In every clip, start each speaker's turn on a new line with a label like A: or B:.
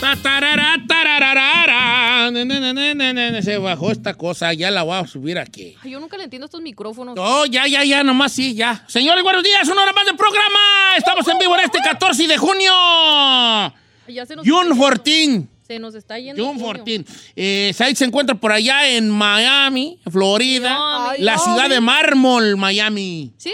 A: Tatarara, tararara. Na, na, na, na, na, na. Se bajó esta cosa, ya la voy a subir aquí.
B: Ay, Yo nunca le entiendo a estos micrófonos.
A: Oh, ya, ya, ya, nomás sí, ya. Señores, buenos días, una hora más de programa. Estamos en vivo en este 14 de junio.
B: Ay, Ya se nos
A: June
B: está
A: 14.
B: yendo. Se nos está yendo.
A: June
B: junio.
A: 14. Eh, Said se encuentra por allá en Miami, Florida.
B: Miami.
A: la ciudad de mármol, Miami.
B: ¿Sí?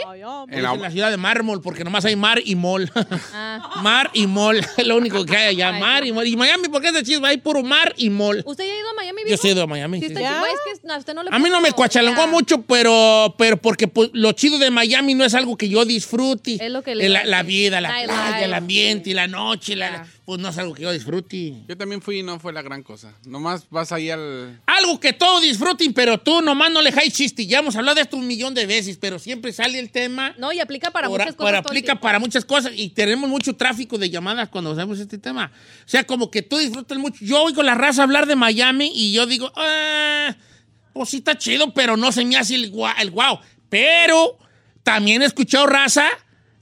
A: Es la... ciudad de mármol, porque nomás hay mar y mol.
B: Ah.
A: mar y mol, es lo único que hay allá.
B: Ay,
A: Mar y mol. Y Miami, ¿por qué es de chisme? Hay puro mar y mol.
B: ¿Usted ya ha ido a Miami?
A: Yo
B: viejo?
A: soy de Miami.
B: Sí,
A: sí,
B: está
A: sí.
B: chido. Es que a usted no le
A: A mí no me
B: puso-
A: cuachalongó
B: Ya.
A: mucho, pero, pero porque pues, lo chido de Miami no es algo que yo disfrute.
B: Es lo que le
A: Eh, la,
B: hace.
A: la vida, la
B: Nightlife,
A: playa, el ambiente, y la noche, la-
B: Ya.
A: pues no es algo que yo disfrute.
C: Yo también fui y no fue la gran cosa. Nomás vas ahí al...
A: Algo que todos disfruten, pero tú nomás no le hay chiste. Ya hemos hablado de esto un millón de veces, pero siempre sale el tema.
B: No, y aplica para
A: Ahora,
B: muchas cosas.
A: para-
B: todo el
A: aplica
B: tiempo.
A: para muchas cosas y tenemos mucho tráfico de llamadas cuando hacemos este tema. O sea, como que tú disfrutas mucho. Yo oigo la raza hablar de Miami y yo digo, ah, pues sí está chido, pero no se me hace el guau. El guau. Pero también he escuchado raza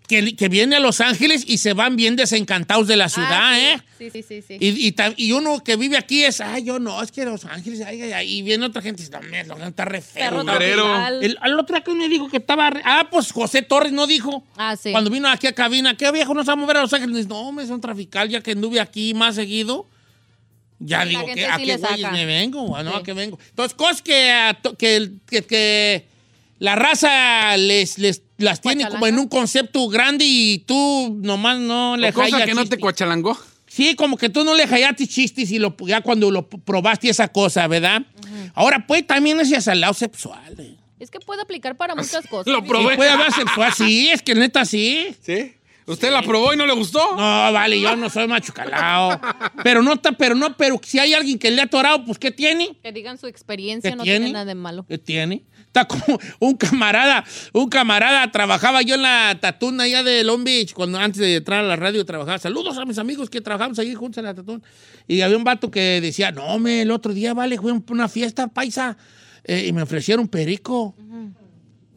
A: que, que viene a Los Ángeles y se van bien desencantados de la ciudad,
B: Ah, sí.
A: ¿eh?
B: Sí, sí, sí. sí.
A: Y, y ta- y uno que vive aquí es, ay, yo no, es que Los Ángeles, ay, ay, ay", y viene otra gente y dice, no, mierda, Los Ángeles está re feo,
B: Perro
A: ¿no?".
C: torero.
B: tropical.
A: El, al otro día que me dijo que estaba. re- Ah, pues José Torres no dijo.
B: Ah, sí.
A: Cuando vino aquí a cabina, ¿qué viejo? Nos vamos a ver a Los Ángeles. Dice, no, me son trafical, ya que anduve aquí más seguido. Ya digo,
B: gente
A: que ¿a
B: sí
A: qué
B: le
A: güeyes
B: saca.
A: me vengo? Ah, no,
B: Sí.
A: ¿a qué vengo? Entonces, cosas que, a to- que, el- que- que la raza les, les- las tiene
B: Guachalanga.
A: como en un concepto grande y tú nomás no le
C: O cosa
A: hallas
C: que no
A: chiste.
C: te cuachalangó.
A: Sí, como que tú no le hallaste chistes y lo, ya cuando lo probaste esa cosa, ¿verdad? Ahora, pues, también es hacia el lado sexual. eh.
B: Es que puede aplicar para muchas cosas.
C: Lo probé.
A: Sí, puede haber sexual, sí, es que neta sí.
C: ¿Sí? ¿Usted la probó y no le gustó?
A: No, vale, yo no soy machucalao. Pero no, ta- pero no, pero si hay alguien que le ha atorado, pues ¿qué tiene?
B: Que digan su experiencia,
A: ¿Qué
B: no
A: tiene?
B: tiene? nada de malo.
A: ¿Qué tiene? Está como un camarada, un camarada, trabajaba yo en la Tatuna allá de Long Beach, cuando antes de entrar a la radio trabajaba. Saludos a mis amigos que trabajamos ahí juntos en la Tatuna. Y había un vato que decía, no, me, el otro día, vale, fue una fiesta paisa eh, y me ofrecieron perico.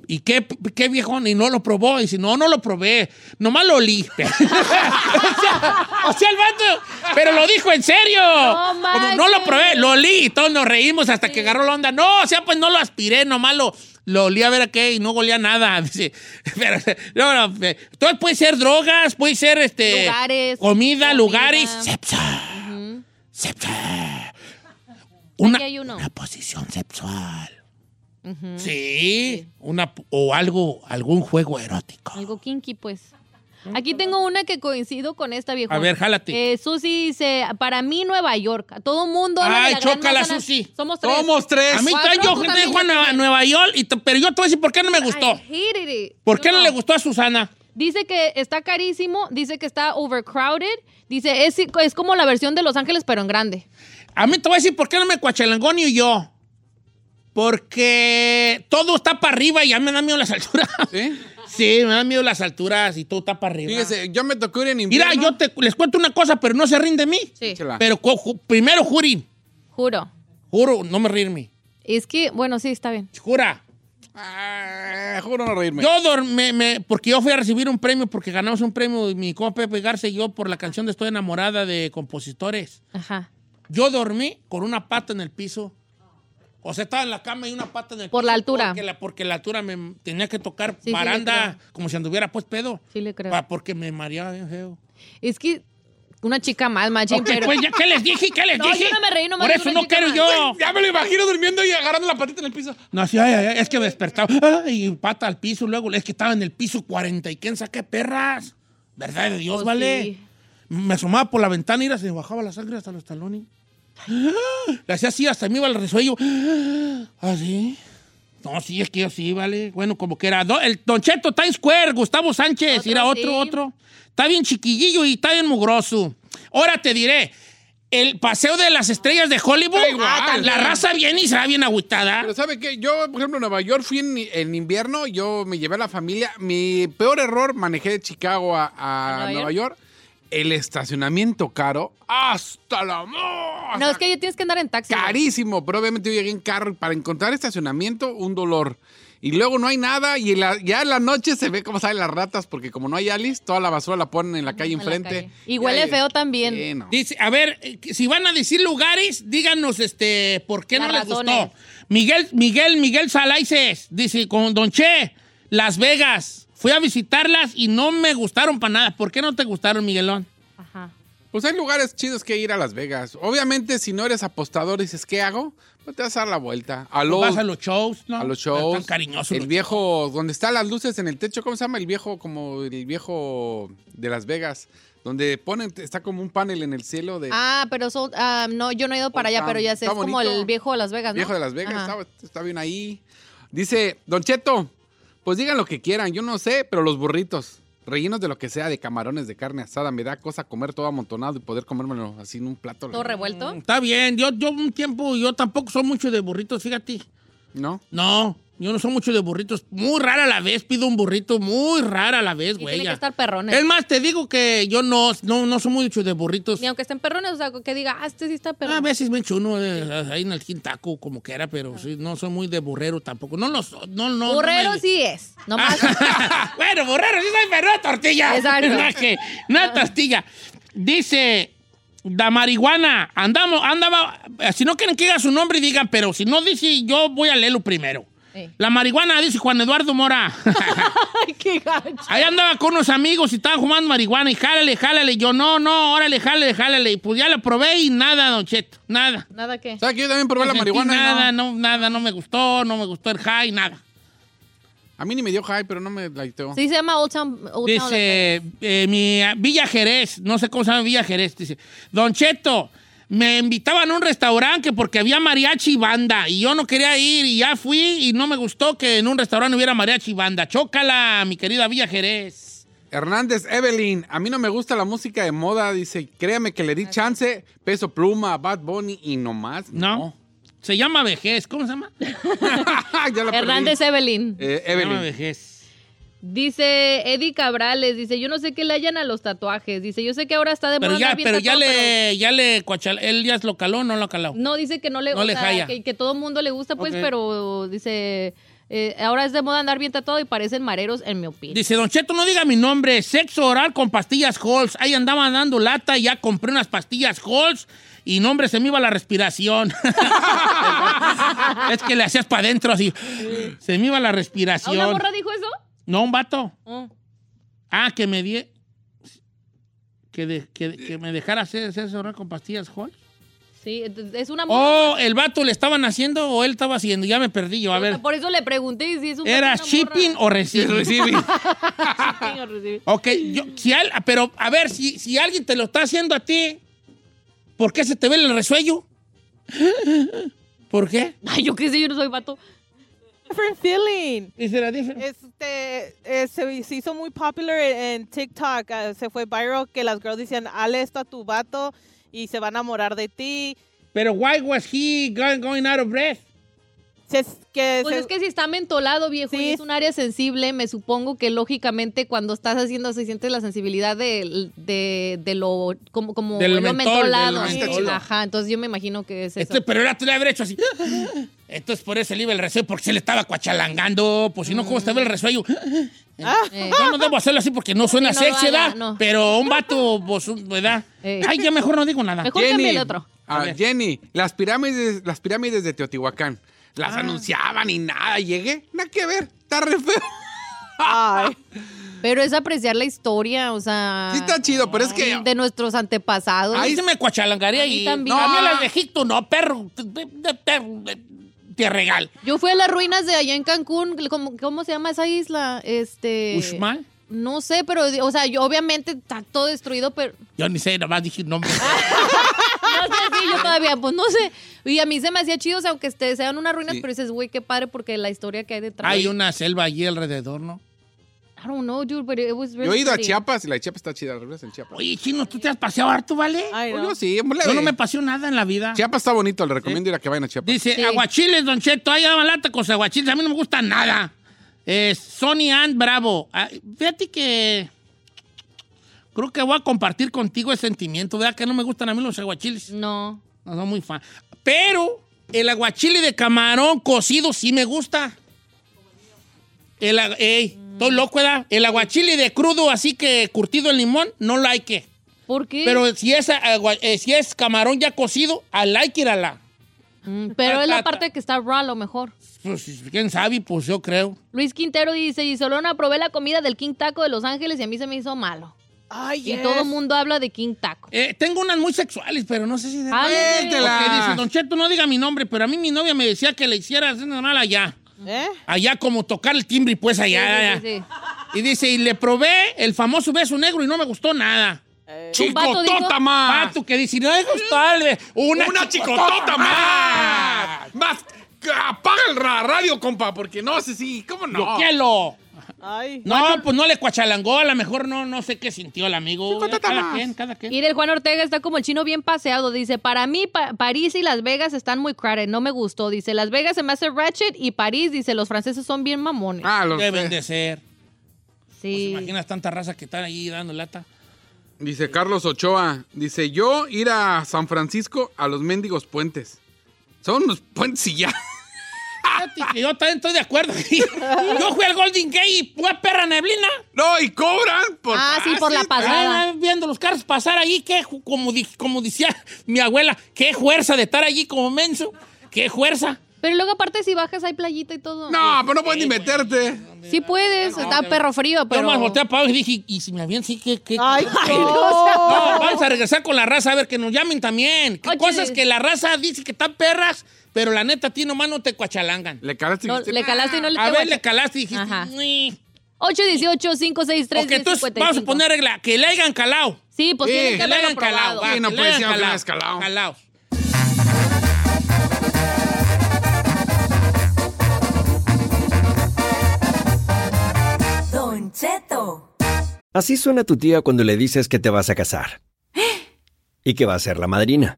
A: ¿Y qué, qué viejón? Y no lo probó. Y dice, no, no lo probé. Nomás lo olí. o, sea, o sea, el vato. Pero lo dijo en serio.
B: No
A: Como, no lo
B: manches.
A: probé, lo olí. Y todos nos reímos hasta que agarró la onda. No, o sea, pues no lo aspiré, nomás lo, lo olí a ver a qué y no golía nada. Dice, pero, no, no, eh, todo puede ser drogas, puede ser este.
B: Lugares,
A: Comida,
B: comida.
A: lugares. Sexo. Sexo. Una,
B: hay uno.
A: una posición sexual.
B: Mm.
A: Sí, una o algo, algún juego erótico.
B: Algo kinky, pues. Aquí tengo una que coincido con esta vieja.
A: A ver, jálate.
B: Eh, Susi dice, para mí Nueva York. A Todo mundo habla de
A: Ay,
B: la gran
A: chócala,
B: manzana.
A: Susi.
B: Somos tres.
C: Somos tres.
A: a mí
B: cuatro,
A: trae yo
B: tú
A: gente de
B: también,
A: Juan
B: yo
A: a
B: también.
A: Nueva York, y t- pero yo te voy a decir por qué no me gustó.
B: I hated it.
A: ¿Por qué
B: Yo
A: no le gustó a Susana?
B: Dice que está carísimo, dice que está overcrowded, dice es, es como la versión de Los Ángeles pero en grande.
A: A mí te voy a decir por qué no me cuachalangó ni yo. Porque todo está para arriba y ya me da miedo las alturas.
C: ¿Sí?
A: Sí, me da miedo las alturas y todo está para arriba.
C: Fíjese, yo me tocó ir en invierno.
A: Mira, yo te, les cuento una cosa, pero no se ríen de mí.
B: Sí.
C: Chela.
A: Pero co- ju- primero jurín.
B: Juro.
A: Juro, no me rirme.
B: Es que, bueno, sí, está bien.
A: Jura.
C: Ah, juro no reírme.
A: Yo dormí, me- porque yo fui a recibir un premio, porque ganamos un premio, mi compa Pepe Garza y yo, por la canción de Estoy enamorada de compositores.
B: Ajá.
A: Yo dormí con una pata en el piso, O sea, estaba en la cama y una pata en el
B: Por la
A: piso
B: altura.
A: Porque la, porque la altura me tenía que tocar
B: sí, le
A: baranda,
B: creo.
A: como si anduviera pues pedo.
B: Sí le creo.
A: Pa- porque me mareaba bien feo.
B: Es que una chica más, machín,
A: Ok,
B: pero...
A: pues ya, ¿qué les dije? ¿Qué les
B: No,
A: dije?
B: yo no me reí, nomás
A: Por eso
B: dije una
A: no
B: chica
A: quiero
B: más.
A: yo.
C: Ya me lo imagino durmiendo y agarrando la patita en el piso.
A: No, así, ay, ay, ay, es que me despertaba. ay, y pata al piso, luego es que estaba en el piso 40 y quién saqué perras. ¿Verdad de Dios,
B: Pues
A: vale?
B: sí.
A: Me asomaba por la ventana y era, se me bajaba la sangre hasta los talones. Le hacía así, hasta me iba el resuello. Así. No, sí, es que yo sí, vale. Bueno, como que era. do- el Don Cheto Times Square, Gustavo Sánchez.
B: Otro
A: era
B: sí.
A: otro, otro. Está bien chiquillillo y está bien mugroso. Ahora te diré. El paseo de las estrellas de Hollywood.
C: Está igual.
A: ah, la raza viene y se va bien agüitada.
C: Pero ¿sabe qué? Yo, por ejemplo, en Nueva York fui en, en invierno, yo me llevé a la familia. Mi peor error, manejé de Chicago a, a
B: ¿A Nueva
C: Nueva, York? El estacionamiento caro, hasta la mo-
B: No, es que ahí tienes que andar en taxi.
C: Carísimo, pero obviamente yo llegué en carro y para encontrar estacionamiento, un dolor. Y luego no hay nada y en la- ya en la noche se ve cómo salen las ratas porque como no hay alice, toda la basura la ponen en la calle
B: Mm, En la
C: enfrente.
B: calle. Y huele
C: ahí-
B: feo también.
C: Sí, no.
A: Dice, a ver, eh, si van a decir lugares, díganos este, por qué
B: Las
A: no les
B: razones.
A: gustó. Miguel, Miguel, Miguel Salaices, dice, con Don Che, Las Vegas. Fui a visitarlas y no me gustaron para nada. ¿Por qué no te gustaron, Miguelón?
B: Ajá.
C: Pues hay lugares chidos que ir a Las Vegas. Obviamente, si no eres apostador y dices, ¿qué hago? Pues te vas a dar la vuelta. A los,
A: Pues Vas a los shows, ¿no?
C: a los
A: Tan
C: shows.
A: cariñosos.
C: El
A: los-
C: viejo, donde están las luces en el techo, ¿cómo se llama? El viejo, como el viejo de Las Vegas. Donde ponen, está como un panel en el cielo de
B: Ah, pero eso, ah, no, yo no he ido para allá,
C: Oh, Está-
B: pero ya sé, es
C: está
B: como
C: bonito.
B: el viejo de Las Vegas, ¿no?
C: viejo de Las Vegas.
B: Ajá.
C: Está, está bien ahí. Dice, Don Cheto, pues digan lo que quieran. Yo no sé, pero los burritos. Rellenos de lo que sea, de camarones, de carne asada. Me da cosa comer todo amontonado y poder comérmelo así en un plato.
B: Todo revuelto.
A: Mm, Está bien, yo, yo un tiempo, yo tampoco soy mucho de burritos, fíjate.
C: ¿No?
A: No, yo no soy mucho de burritos. Muy rara la vez pido un burrito, muy rara la vez,
B: Y
A: güey.
B: tienen
A: ya.
B: que estar perrones.
A: Es más, te digo que yo no, no, no soy mucho de burritos.
B: Ni aunque estén perrones, o sea, que diga, ah, este sí está
A: A
B: perrón.
A: veces me echo uno eh, ahí en el quintaco, como que era, pero sí, no soy muy de burrero tampoco. No lo so- no, no.
B: Burrero
A: no me-
B: sí es. Nomás.
A: bueno, burrero sí soy, pero no tortilla.
B: Exacto.
A: No, es que- no tortilla. Dice, la marihuana, andamos, andaba, eh, si no quieren que diga su nombre, digan, pero si no dice, yo voy a leerlo primero.
B: Eh.
A: La marihuana, dice Juan Eduardo Mora.
B: Ay, qué gacho.
A: Ahí andaba con unos amigos y estaban fumando marihuana y jálale, jálale. Y Yo, no, no, órale, jálale, jálale. Y pues ya la probé y nada, Don Cheto, nada.
B: Nada que.
C: ¿Sabes que yo también probé la
A: No sentí
C: marihuana? y no-
A: Nada, no. nada, no me gustó, no me gustó el high, nada.
C: A mí ni me dio high, pero no me laiteó.
B: Sí, se llama Old Town. Old Town Las
A: Dice, eh, mi ah, Villa Jerez, no sé cómo se llama Villa Jerez, dice, Don Cheto, me invitaban a un restaurante que porque había mariachi y banda y yo no quería ir y ya fui y no me gustó que en un restaurante hubiera mariachi y banda. Chócala, mi querida Villa Jerez.
C: Hernández Evelyn, a mí no me gusta la música de moda, dice, créame que le di chance, peso pluma, Bad Bunny y nomás.
A: No.
C: No.
A: Se llama vejez, ¿cómo se llama? Se
C: ya la
B: Vegas.
C: perdí.
B: Hernández Evelyn.
C: Eh,
A: llama
C: Evelyn.
A: vejez.
B: Dice Eddie Cabrales, dice, yo no sé qué le hayan a los tatuajes. Dice, yo sé que ahora está de
A: Pero
B: moda
A: ya,
B: andar bien
A: pero ya
B: tatuado,
A: le, ya le, cuachal- él ya lo caló, o no lo caló.
B: pero No, dice que no le
A: No le
B: gusta,
A: jaya.
B: que, que todo el mundo le gusta, pues,
A: Ok.
B: pero dice, eh, ahora es de moda andar bien tatuado y parecen mareros, en mi opinión.
A: Dice, Don Cheto, no diga mi nombre. Sexo oral con pastillas Halls. Ahí andaba dando lata y ya compré unas pastillas Halls. Y no, hombre, se me iba la respiración. es que le hacías para adentro así. Se me iba la
B: ¿A una
A: respiración.
B: morra dijo eso?
A: No, un vato.
B: Oh.
A: Ah, que me die... Que, de- que- que me dejara hacer sexo oral con pastillas Halls.
B: Sí, ent- es una morra.
A: Oh,
C: eh.
A: el vato le estaban haciendo o él estaba haciendo. Ya me perdí yo. A ver.
B: Por eso le pregunté si es un
A: ¿Era
B: es una
A: shipping
B: morra.
A: o recibo?
C: Recibe.
B: Shipping o recibir.
A: Ok, yo, si al- pero a ver, si, si alguien te lo está haciendo a ti, ¿por qué se te ve el resuello? ¿Por qué?
B: Ay, yo qué sé, yo no soy vato.
D: different feeling.
A: ¿Y será diferente?
D: Este, eh, se, se hizo muy popular en, en TikTok, eh, se fue viral que las girls decían, Ale, esto a tu vato y se va a enamorar de ti.
A: Pero why was he going, going out of breath?
D: Se- que
B: Pues
D: se-
B: es que si está mentolado, viejo, y
D: Sí.
B: es un área sensible, me supongo que lógicamente cuando estás haciendo se siente la sensibilidad de, de, de lo como, como
A: Del
B: lo
A: mentol,
B: mentolado.
A: del
B: Sí.
A: mentol.
B: Ajá, entonces yo me imagino que es eso.
C: Este
A: Entonces, Este, pero ahora tú le haber hecho así. Entonces por eso le iba el resuello, porque se le estaba cuachalangando. Pues si no, ¿cómo se te ve el resuello?
D: Ah,
B: Eh,
A: Yo no debo hacerlo así porque no suena
B: Sí, no lo
A: sexy,
B: haga,
A: ¿verdad?
B: no.
A: Pero un vato, pues, un- ¿verdad?
B: Eh.
A: Ay, ya mejor no digo nada.
B: Mejor cámbiale otro.
C: Ah,
A: A ver.
C: Jenny, las pirámides, las pirámides de Teotihuacán.
A: Ah.
C: las anunciaban y nada. Llegué, nada que ver, está re feo.
D: Ay.
B: Pero es apreciar la historia, o sea.
C: Sí, está chido, pero es que.
B: De nuestros antepasados.
A: Ahí se me
B: A
A: cuachalangaría
B: mí
A: y.
B: también.
A: No, a mí
C: No.
A: las de Egipto no, perro. Te, te- te- te regal.
B: Yo fui a las ruinas de allá en Cancún. ¿Cómo, cómo se llama esa isla? Este.
A: ¿Uxmal?
B: No sé, pero, o sea, yo obviamente está todo destruido, pero.
A: Yo ni sé, nomás dije nombre.
B: No sé, sí, yo todavía, pues no sé. Y a mí se me hacía chido, o sea, aunque este- sean unas ruinas,
C: Sí.
B: pero dices, güey, qué padre, porque la historia que hay detrás.
A: Hay una selva allí alrededor, ¿no?
B: I don't know, dude, but it was really
C: Yo he ido a
B: pretty.
C: Chiapas y la de Chiapas está chida, al revés en Chiapas.
A: Oye, chino, ¿tú te has paseado harto, vale?
D: Ay,
C: Pues
D: no.
C: yo sí, muy leve.
A: Yo no me paseo nada en la vida.
C: Chiapas está bonito, le recomiendo ir a que vayan a Chiapas.
A: Dice,
B: Sí.
A: aguachiles, Don Cheto, ahí daban lata con sus aguachiles, a mí no me gusta nada. Eh, Sony Ann Bravo, Ah, fíjate que creo que voy a compartir contigo el sentimiento, ¿verdad? Que no me gustan a mí los aguachiles,
B: No.
A: no soy muy fan. Pero el aguachile de camarón cocido sí me gusta. El, agua- ey, estoy
B: Mm.
A: loco, ¿verdad? El aguachile de crudo, así que curtido en limón, no like.
B: ¿Por qué?
A: Pero si es, agua- eh, si es camarón ya cocido, I like it a la.
B: Mm, pero es la parte que está raw, a lo mejor.
A: Pues, ¿Quién sabe? Pues yo creo.
B: Luis Quintero dice, y solo no probé la comida del King Taco de Los Ángeles y a mí se me hizo malo.
D: Ay,
B: Y
D: yes.
B: todo el mundo habla de King Taco.
A: Eh, tengo unas muy sexuales, pero no sé si...
B: Ah,
C: Suéltela.
A: Porque dice, Don Cheto, no diga mi nombre, pero a mí mi novia me decía que le hiciera hacer normal allá.
D: ¿Eh?
A: Allá como tocar el timbre y pues
B: Sí,
A: allá.
B: sí, sí, sí.
A: Y dice, y le probé el famoso beso negro y no me gustó nada.
B: Eh. vato dijo-
C: ¡Chicotota más!
A: Pato que dice, no me gustó Ale, una,
C: ¡Una chicotota más! ¡Más! ¡Apaga el ra- radio, compa! Porque no sé si... ¿Cómo no?
A: ¡Bloquéalo!
D: Ay.
A: No, pues no le cuachalangó, a lo mejor no, no sé qué sintió el amigo.
C: Chicotota
A: Cada
C: más.
A: quien, cada quien.
B: Mira, el Juan Ortega está como el chino bien paseado. Dice, para mí Pa- París y Las Vegas están muy crowded. No me gustó. Dice, Las Vegas se me hace ratchet y París, dice, los franceses son bien mamones.
C: Ah, los...
A: Deben de ser. Pues
B: sí.
A: imaginas tanta raza que están ahí dando lata.
C: Dice Carlos Ochoa. Dice, yo ir a San Francisco a los mendigos puentes. Son unos puentes y ya.
A: Fíjate que yo también estoy de acuerdo. Yo fui al Golden Gate y fue perra neblina.
C: No, y cobran por... pues.
B: Ah, sí, por la pasada.
A: Ah, viendo los carros pasar ahí, que, ju- como, di- como decía mi abuela, qué fuerza de estar allí como menso. Qué fuerza.
B: Pero luego aparte si bajas hay playita y todo.
C: No, pero no puedes ni meterte.
B: Sí puedes, está perro frío,
A: Pero
B: pero...
A: más volteé a Pablo y dije, ¿y si me habían sí que.?
D: Ay,
A: vamos a regresar con la raza a ver que nos llamen también. Que
B: Oye.
A: Cosas que la raza dice que están perras, pero la neta a ti nomás no te cuachalangan. "Ah,
C: Le calaste y
B: No,
C: dijiste,
B: le calaste y no le
A: A
B: te
A: ver,
B: guacha-
A: le calaste y dijiste,
B: Ajá.
A: "Ni".
B: 818 563
A: Porque tú vamos a poner regla, que le hayan calado.
B: Sí, pues
C: Sí,
B: tiene que
A: Que le
B: haberlo
A: hayan calado.
B: probado.
A: va,
C: Sí, no
A: que le
C: puede
A: hayan
C: ser que le hayas
A: calado.
C: calado.
A: Calaos.
E: Don Cheto.
F: Así suena tu tía cuando le dices que te vas a casar. Y que va a ser la madrina.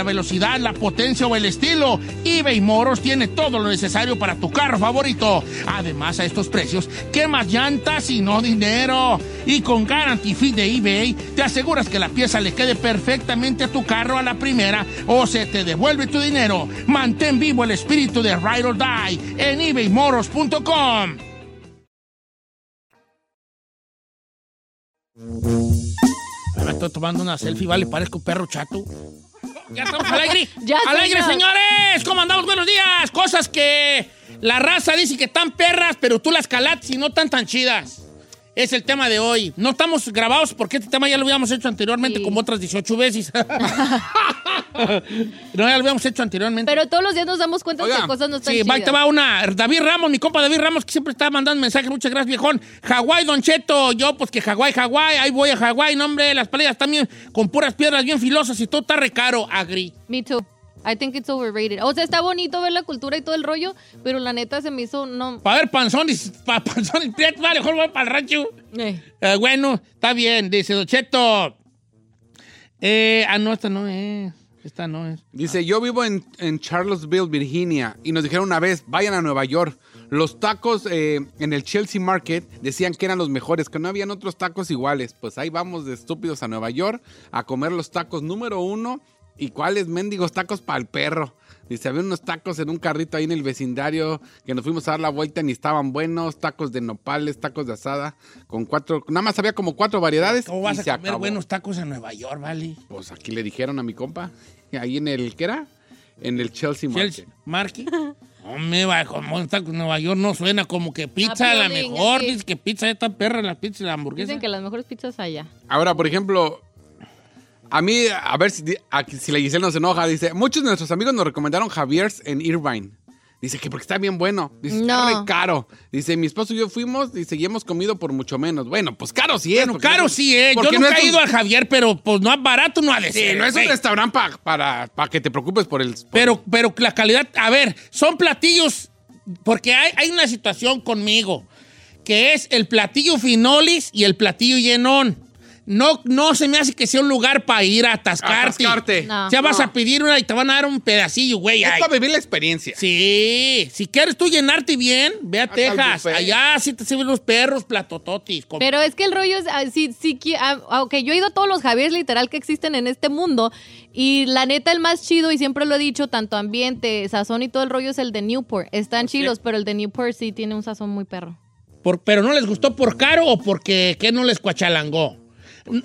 A: velocidad, la potencia o el estilo, eBay Moros tiene todo lo necesario para tu carro favorito. Además, a estos precios, ¿qué más llantas y no dinero? Y con Guarantee Fee de eBay, te aseguras que la pieza le quede perfectamente a tu carro a la primera o se te devuelve tu dinero. Mantén vivo el espíritu de Ride or Die en eBayMoros.com. estoy tomando una selfie, vale, parezco perro chato. Ya estamos alegre.
B: Ya,
A: alegre,
B: señor.
A: señores. ¿Cómo andamos? Buenos días. Cosas que la raza dice que están perras, pero tú las calates y no están tan chidas. Es el tema de hoy. No estamos grabados porque este tema ya lo habíamos hecho anteriormente
B: Sí.
A: como otras 18 veces. no, ya lo habíamos hecho anteriormente.
B: Pero todos los días nos damos cuenta
C: Oiga,
B: que cosas no están
A: Sí, va, ahí
B: chidas.
A: te va una. David Ramos, mi compa David Ramos, que siempre está mandando mensajes. Muchas gracias, viejón. Hawái, Don Cheto. Yo, pues que Hawái, Hawái. Ahí voy a Hawái. No, hombre, las playas también con puras piedras bien filosas y todo está recaro. Agri.
B: Me too. I think it's overrated. O sea, está bonito ver la cultura y todo el rollo, pero la neta se me hizo no.
A: Para ver panzones, para panzones prietos. Vale, mejor voy para el rancho.
B: Eh.
A: Eh, bueno, está bien, dice Don Cheto. Eh, ah, no, esta no
C: Mm.
A: es. Esta no es. Ah.
C: Dice, yo vivo en, en Charlottesville, Virginia, y nos dijeron una vez, vayan a Nueva York. Los tacos eh, en el Chelsea Market decían que eran los mejores, que no habían otros tacos iguales. Pues ahí vamos de estúpidos a Nueva York a comer los tacos número uno y cuáles mendigos tacos para el perro. Dice, había unos tacos en un carrito ahí en el vecindario que nos fuimos a dar la vuelta y ni estaban buenos. Tacos de nopales, tacos de asada, con cuatro, nada más había como cuatro variedades.
A: ¿Cómo vas
C: y
A: a
C: se
A: comer
C: acabó.
A: buenos tacos en Nueva York, vale?
C: Pues aquí le dijeron a mi compa, ahí en el, ¿qué era? En el Chelsea Market.
A: Chelsea Market. Hombre, va, como está en Nueva York no suena como que pizza a la
B: Appealing,
A: mejor.
B: así.
A: Dice que pizza esta perra, la pizza y la hamburguesa.
B: Dicen que las mejores pizzas allá.
C: Ahora, por ejemplo, a mí, a ver si, di- a- si la Giselle nos enoja, dice, muchos de nuestros amigos nos recomendaron Javier's en Irvine. Dice que porque está bien bueno. Dice, está
B: No.
C: re caro. Dice, mi esposo y yo fuimos dice, y hemos comido por mucho menos. Bueno, pues caro sí es.
A: Bueno,
C: porque no
A: caro
C: es-
A: sí, eh. Yo
C: porque
A: nunca
C: no es
A: he
C: un-
A: ido al Javier, pero pues no es barato, no ha de
C: Sí,
A: ser,
C: no es un
A: güey.
C: restaurante pa- para, para que te preocupes por el... por-
A: Pero, pero la calidad, a ver, son platillos, porque hay, hay una situación conmigo, que es el platillo finolis y el platillo llenón. No, no se me hace que sea un lugar para ir a atascarte.
C: Atascarte.
B: No.
A: Ya vas
C: No.
A: a pedir una y te van a dar un pedacillo, güey.
C: Es
A: ay.
C: para vivir la experiencia.
A: Sí, si quieres tú llenarte bien, ve a
C: Hasta el
A: Texas.
C: buffet.
A: Allá sí te sirven los perros platototis. con-
B: Pero es que el rollo es, ah, sí, sí, que- ah, ok, yo he ido a todos los Javieres literal que existen en este mundo y la neta el más chido, y siempre lo he dicho, tanto ambiente, sazón y todo el rollo es el de Newport. Están
A: Pues
B: chidos, pero el de Newport sí tiene un sazón muy perro.
A: por- pero no les gustó por caro o porque que no les cuachalangó.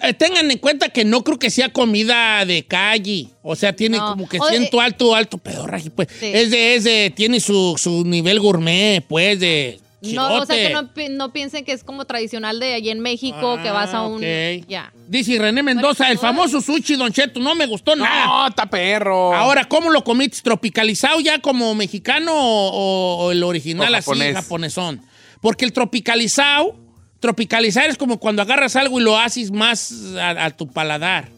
A: Eh, Tengan en cuenta que no creo que sea comida de calle. O sea, tiene
B: No.
A: como que
B: O-
A: siento alto, alto pedorraje, pues.
B: Sí.
A: Es de, es de, tiene su, su nivel gourmet, pues, de
B: No, o sea
A: chidote.
B: que no, pi- no piensen que es como tradicional de allí en México, que vas a
A: Ah,
B: un...
A: ok.
B: Ya.
A: Dice René Mendoza, el famoso sushi, Don Cheto, no me gustó nada.
C: No, está perro.
A: Ahora, ¿cómo lo comiste? ¿Tropicalizado ya como mexicano o, o- o el original
C: O
A: así,
C: japonés.
A: japonesón? Porque el tropicalizado, tropicalizar es como cuando agarras algo y lo haces más a, a tu paladar.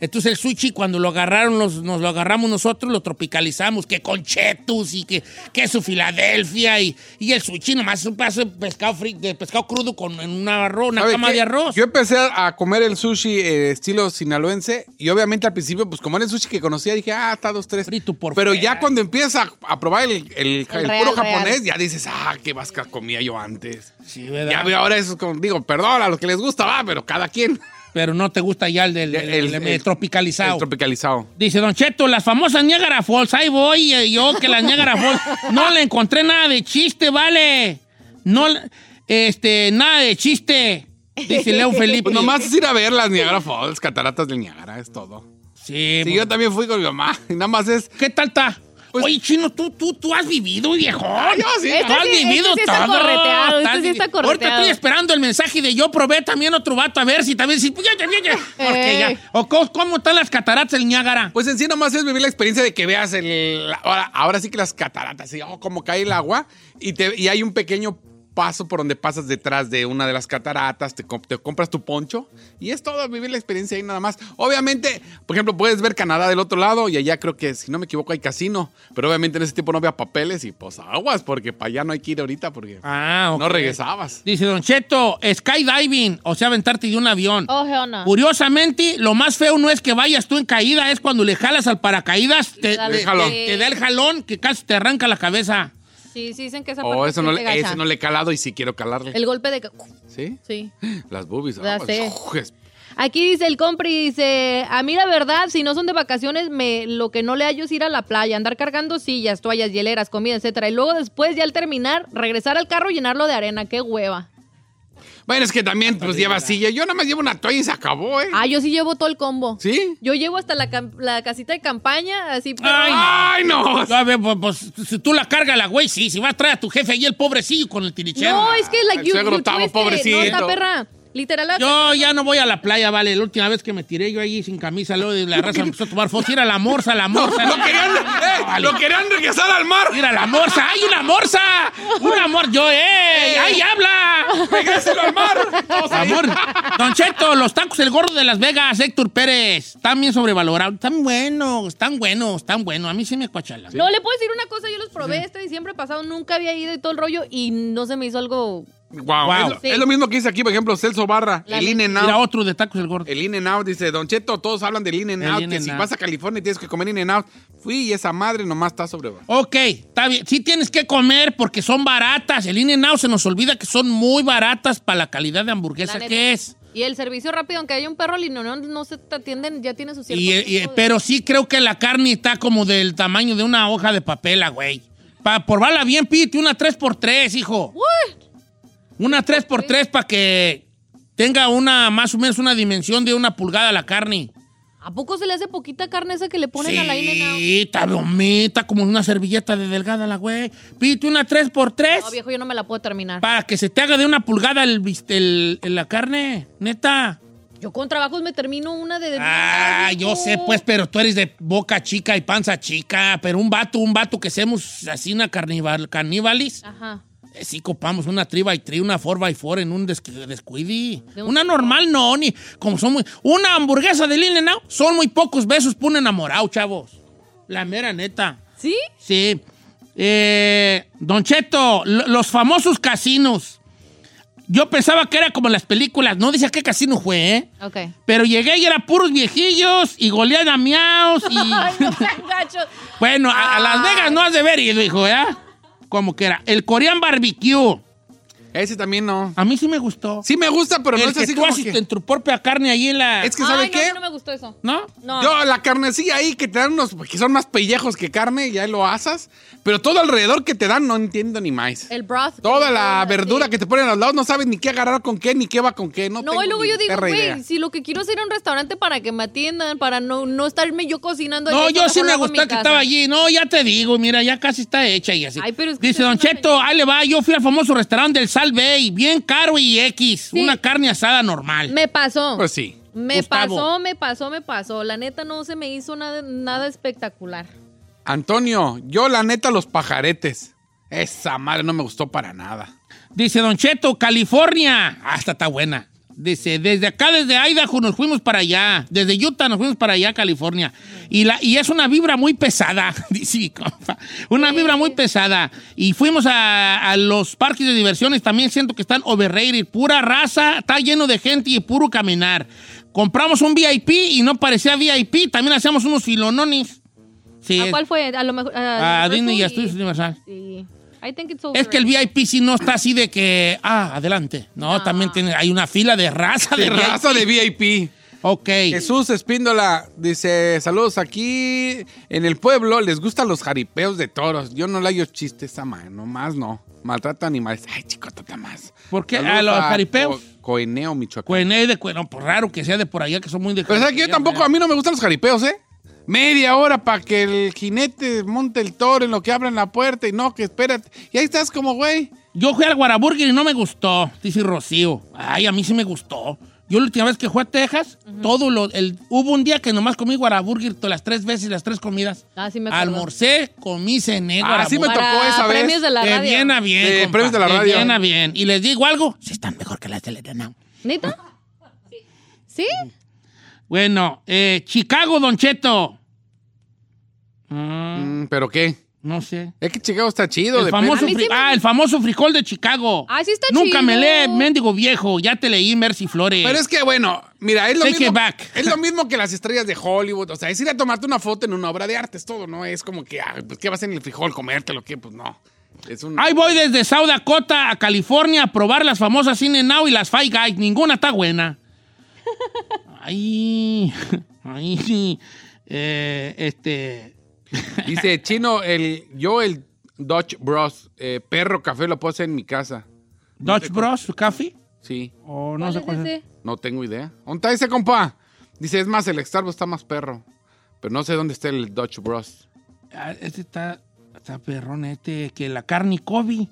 A: Entonces el sushi cuando lo agarraron, los- nos lo agarramos nosotros, lo tropicalizamos, que con chetus y que queso Filadelfia y, y el sushi nomás es un pedazo de pescado, fri- de pescado crudo con en una, arroz, una
C: ¿Sabe
A: cama
C: qué?
A: de arroz.
C: Yo empecé a comer el sushi eh, estilo sinaloense y obviamente al principio, pues como era el sushi que conocía, dije, ah, está dos, tres.
A: Frito por
C: Pero
A: fuera.
C: ya cuando empiezas a, a probar el, el- el
B: real,
C: puro
B: real.
C: japonés, ya dices, ah, qué vasca comía yo antes.
A: Sí, ¿verdad?
C: Ya veo ahora eso, como, digo, perdón a los que les gusta, va, pero cada quien.
A: Pero no te gusta ya el del
C: El-
A: el-
C: el-
A: el tropicalizado.
C: El tropicalizado.
A: Dice Don Cheto, las famosas Niagara Falls. Ahí voy eh, yo, que las Niagara Falls. No le encontré nada de chiste, vale. No, le- este, nada de chiste. Dice Leo Felipe.
C: Pues nomás es ir a ver las Niagara Falls, cataratas del Niagara, es todo.
A: Sí, pues,
C: Sí, yo también fui con mi mamá y nada más es.
A: ¿Qué tal está?
C: Pues-
A: Oye, chino, tú, tú, tú has vivido, viejo.
C: yo sí. Este
A: Tú has
B: sí- este
A: vivido
B: sí está
A: todo.
B: correteado, este
A: Estás
B: sí está
A: vivi- Ahorita
B: correteado.
A: estoy esperando el mensaje de yo probé también otro vato a ver si también. Si, pues, porque
B: Ey.
A: ya. O, ¿Cómo cómo están las cataratas del Niágara?
C: Pues en sí nomás es vivir la experiencia de que veas el... Ahora, ahora sí que las cataratas, y oh, como cae el agua, y, te, y hay un pequeño paso por donde pasas detrás de una de las cataratas, te, comp- te compras tu poncho, y es todo, vivir la experiencia ahí nada más. Obviamente, por ejemplo, puedes ver Canadá del otro lado, y allá creo que, si no me equivoco, hay casino, pero obviamente en ese tiempo no había papeles, y pues aguas, porque para allá no hay que ir ahorita, porque
A: Ah, ok.
C: no regresabas.
A: Dice Don Cheto, skydiving, o sea, aventarte de un avión.
B: Oh, hell no.
A: Curiosamente, lo más feo no es que vayas tú en caída, es cuando le jalas al paracaídas, te,
B: Dale,
A: te-
C: jalón.
A: te da el jalón que casi te arranca la cabeza.
B: Sí, sí dicen que esa parte
C: Oh, eso
B: sí
C: no,
B: te
C: le,
B: gacha.
C: eso no le he calado y sí quiero calarle.
B: El golpe de... ca-
C: ¿Sí?
B: Sí.
C: Las boobies.
B: Ya
C: aguas.
B: sé.
C: Ujú,
B: Aquí dice el compri, dice, a mí la verdad, si no son de vacaciones, me, lo que no le hallo es ir a la playa, andar cargando sillas, toallas, hieleras, comida, etcétera. Y luego después, ya al terminar, regresar al carro y llenarlo de arena. ¡Qué hueva!
C: Bueno, es que también, pues lleva silla. Yo nada más llevo una toalla y se acabó, ¿eh?
B: Ah, yo sí llevo todo el combo.
C: ¿Sí?
B: Yo llevo hasta la, cam- la casita de campaña, así. pero- ¡ah!
A: Ay,
C: ¡Ay, no!
A: No, a ver, pues, pues, si tú la cargas la güey, sí. Si vas a traer a tu jefe ahí el pobrecillo con el tirichero.
B: no, es que la este,
C: El suegro Tavo, pobrecito.
B: No, está perra. Literal, la-
A: Yo ya no voy a la playa, vale. La última vez que me tiré yo ahí sin camisa, luego de la raza me empezó a tomar fotos. Ir a la morsa, a la morsa.
C: ¡Lo querían, eh,
A: Vale.
C: lo querían regresar al mar!
A: Ir a la morsa. ¡Hay una morsa! ¡Una morsa! ¡Yo, eh! ¡Ahí habla!
C: ¡Regréselo al mar! Todos ahí.
A: Amor, Don Cheto, los tacos El Gordo de Las Vegas, Héctor Pérez, están bien sobrevalorados. Están buenos, están buenos, están buenos. A mí sí me cuachalan.
B: No, le puedo decir una cosa, yo los probé este diciembre pasado, nunca había ido y todo el rollo y no se me hizo algo...
C: Guau,
A: Guau.
C: Es, lo,
B: Sí.
C: es lo mismo que dice aquí, por ejemplo, Celso Barra.
B: La
C: el in and
A: Mira,
C: out.
A: otro de tacos El Gordo.
C: El in and out dice, Don Cheto, todos hablan del in and
A: El
C: out.
A: In
C: que
A: and
C: si
A: Out.
C: vas a California tienes que comer in and out. Fui y esa madre nomás está sobre.
A: Ok, está bien. Sí tienes que comer porque son baratas. El in out se nos olvida que son muy baratas para la calidad de hamburguesa
B: La neta.
A: que es.
B: Y el servicio rápido, aunque haya un perro lino, no, no se te atienden, ya tiene su cierto...
A: Y,
B: tipo
A: y-
B: de-
A: pero sí creo que la carne está como del tamaño de una hoja de papel, ah, güey. Para probarla bien, pídete una 3x3, hijo. Una 3x3 para que tenga una, más o menos una dimensión de una pulgada la carne.
B: ¿A poco se le hace poquita carne esa que le ponen a la INA?
A: Sí, está bonita, como una servilleta de delgada la güey. Pídete una 3x3.
B: No, viejo, yo no me la puedo terminar.
A: Para que se te haga de una pulgada el, bist- el- el- la carne, neta.
B: Yo con trabajos me termino una de...
A: Ah,
B: viejo.
A: yo sé, pues, pero tú eres de boca chica y panza chica. Pero un vato, un vato que seamos así una carnival, caníbalis,
B: Ajá.
A: eh, sí copamos una tri by tri, una four by four en un descu- descuidi.
B: De un-
A: Una normal no, ni como son muy. Una hamburguesa de Lil Now son muy pocos besos por un enamorado, chavos. La mera neta.
B: ¿Sí?
A: Sí. Eh, don Cheto, lo- los famosos casinos. Yo pensaba que era como las películas. No decía qué casino fue, ¿eh?
B: Ok.
A: Pero llegué y era puros viejillos y goleada miaos y...
B: Ay, no sean gachos.
A: bueno, a, a Las Vegas no has de ver ido, hijo, ¿eh? Como que era. El Korean Barbecue.
C: Ese también no.
A: A mí sí me gustó.
C: Sí me gusta, pero no
A: El
C: es
A: que
C: así
A: tú
C: como
A: haces
C: que-
A: en tu propia carne ahí en la...
C: Es que,
B: Ay,
C: ¿sabe
B: no,
C: qué?
B: a mí no me gustó eso.
A: ¿No?
B: No.
C: Yo, la carnecilla ahí que te dan unos, que son más pellejos que carne, ya lo asas, pero todo alrededor que te dan no entiendo ni más.
B: El broth.
C: Toda la
B: Sí.
C: verdura que te ponen a los lados no sabes ni qué agarrar con qué, ni qué va con qué. No,
B: No,
C: tengo
B: y luego
C: ni
B: yo digo,
C: perra idea.
B: güey, si lo que quiero es ir a un restaurante para que me atiendan, para no, no estarme yo cocinando.
A: No,
B: ahí,
A: yo
B: mejor
A: sí
B: lo
A: me
B: hago en mi
A: gustó que
B: casa.
A: estaba allí. No, ya te digo, mira, ya casi está hecha y así.
B: Ay, pero es que
A: Dice
B: usted
A: Don
B: es una
A: Cheto, ahí le va, yo fui al famoso restaurante del Sal Bay, bien caro y X,
B: Sí.
A: una carne asada normal.
B: Me pasó.
C: Pues sí.
B: me
A: Gustavo.
B: pasó, me pasó, me pasó. La neta no se me hizo nada, nada espectacular.
C: Antonio, yo la neta los pajaretes. Esa madre no me gustó para nada.
A: Dice Don Cheto, California. Hasta Ah, está buena. Dice, desde acá, desde Idaho, nos fuimos para allá. Desde Utah nos fuimos para allá, California. Y, la, y es una vibra muy pesada, dice mi compa. Una vibra muy pesada. Y fuimos a, a los parques de diversiones, también siento que están overrated. Pura raza, está lleno de gente y puro caminar. Compramos un VIP y no parecía VIP, también hacíamos unos filonones. Sí,
B: ¿A cuál fue? Pues A lo mejor.
A: a
B: A
A: Disney y a
B: Universal
A: Studios Universal.
B: Sí. I think it's over.
A: Es que el VIP sí no está así de que, ah, adelante. No, también tiene, hay una fila de raza de,
C: De
A: VIP.
C: raza de VIP.
A: Ok.
C: Jesús Espíndola dice, saludos aquí en el pueblo, les gustan los jaripeos de toros. Yo no le hallo chistes esa madre, nomás no. Maltrata animales. Ay, chico, tata más.
A: ¿Por qué?
C: Saludos
A: ¿A los jaripeos?
C: Co- Coeneo, Michoacán.
A: Cuené de Cuenón, pues raro que sea de por allá, que son muy de...
C: Pero ¿sabes que yo tampoco, a mí no me gustan los jaripeos, ¿eh? Media hora para que el jinete monte el toro en lo que abren la puerta y no, que espérate. Y ahí estás como, güey.
A: Yo fui al Guaraburger y no me gustó, dice Rocío. Ay, a mí sí me gustó. Yo la última vez que fui a Texas, todo lo... el- hubo un día que nomás comí Guaraburger todas las tres veces, las tres comidas.
B: Ah, sí me acuerdo.
A: Almorcé, comí, cené
C: Ah, sí me
A: Guaraburger.
C: tocó esa vez.
B: premios de la
A: De
B: radio.
A: bien a bien.
C: De
A: compa,
C: premios de la radio.
A: bien a bien. Y les digo algo, sí están mejor que las de Ledenau.
B: ¿Neta? ¿Sí?
A: Bueno, eh, Chicago, Don Cheto. Ah,
C: Mm, ¿Pero qué?
A: no sé.
C: Es que Chicago está chido.
A: El
C: de
A: famoso,
B: A mí sí
A: fri-
B: me-
A: ah, el famoso frijol de Chicago.
B: Ah, sí está
A: Nunca
B: chido.
A: me lee, mendigo viejo. Ya te leí, Mercy Flores.
C: Pero es que, bueno, mira, es lo,
A: Take it
C: mismo,
A: back.
C: es lo mismo que las estrellas de Hollywood. O sea, es ir a tomarte una foto en una obra de arte, es todo, ¿no? Es como que, ah, pues, ¿qué vas en el frijol? ¿Comértelo? ¿Qué? Pues no. Es un...
A: Ahí voy desde South Dakota a California a probar las famosas Cine Now y las Five Guys. Ninguna está buena. Ay, ay, sí. Eh, este.
C: Dice, chino, el, yo el Dodge Bros, eh, perro café lo puse en mi casa.
A: Dodge Bros, su café.
C: Sí,
A: O no sé
B: ¿Cuál
A: cuál
B: es
A: es.
B: ese?
C: no tengo idea. ¿Dónde está ese compa? Dice, es más, el Starbucks está más perro. Pero no sé dónde está el Dutch Bros.
A: Ah, Este está, está perrón, este, que la carne Kobe.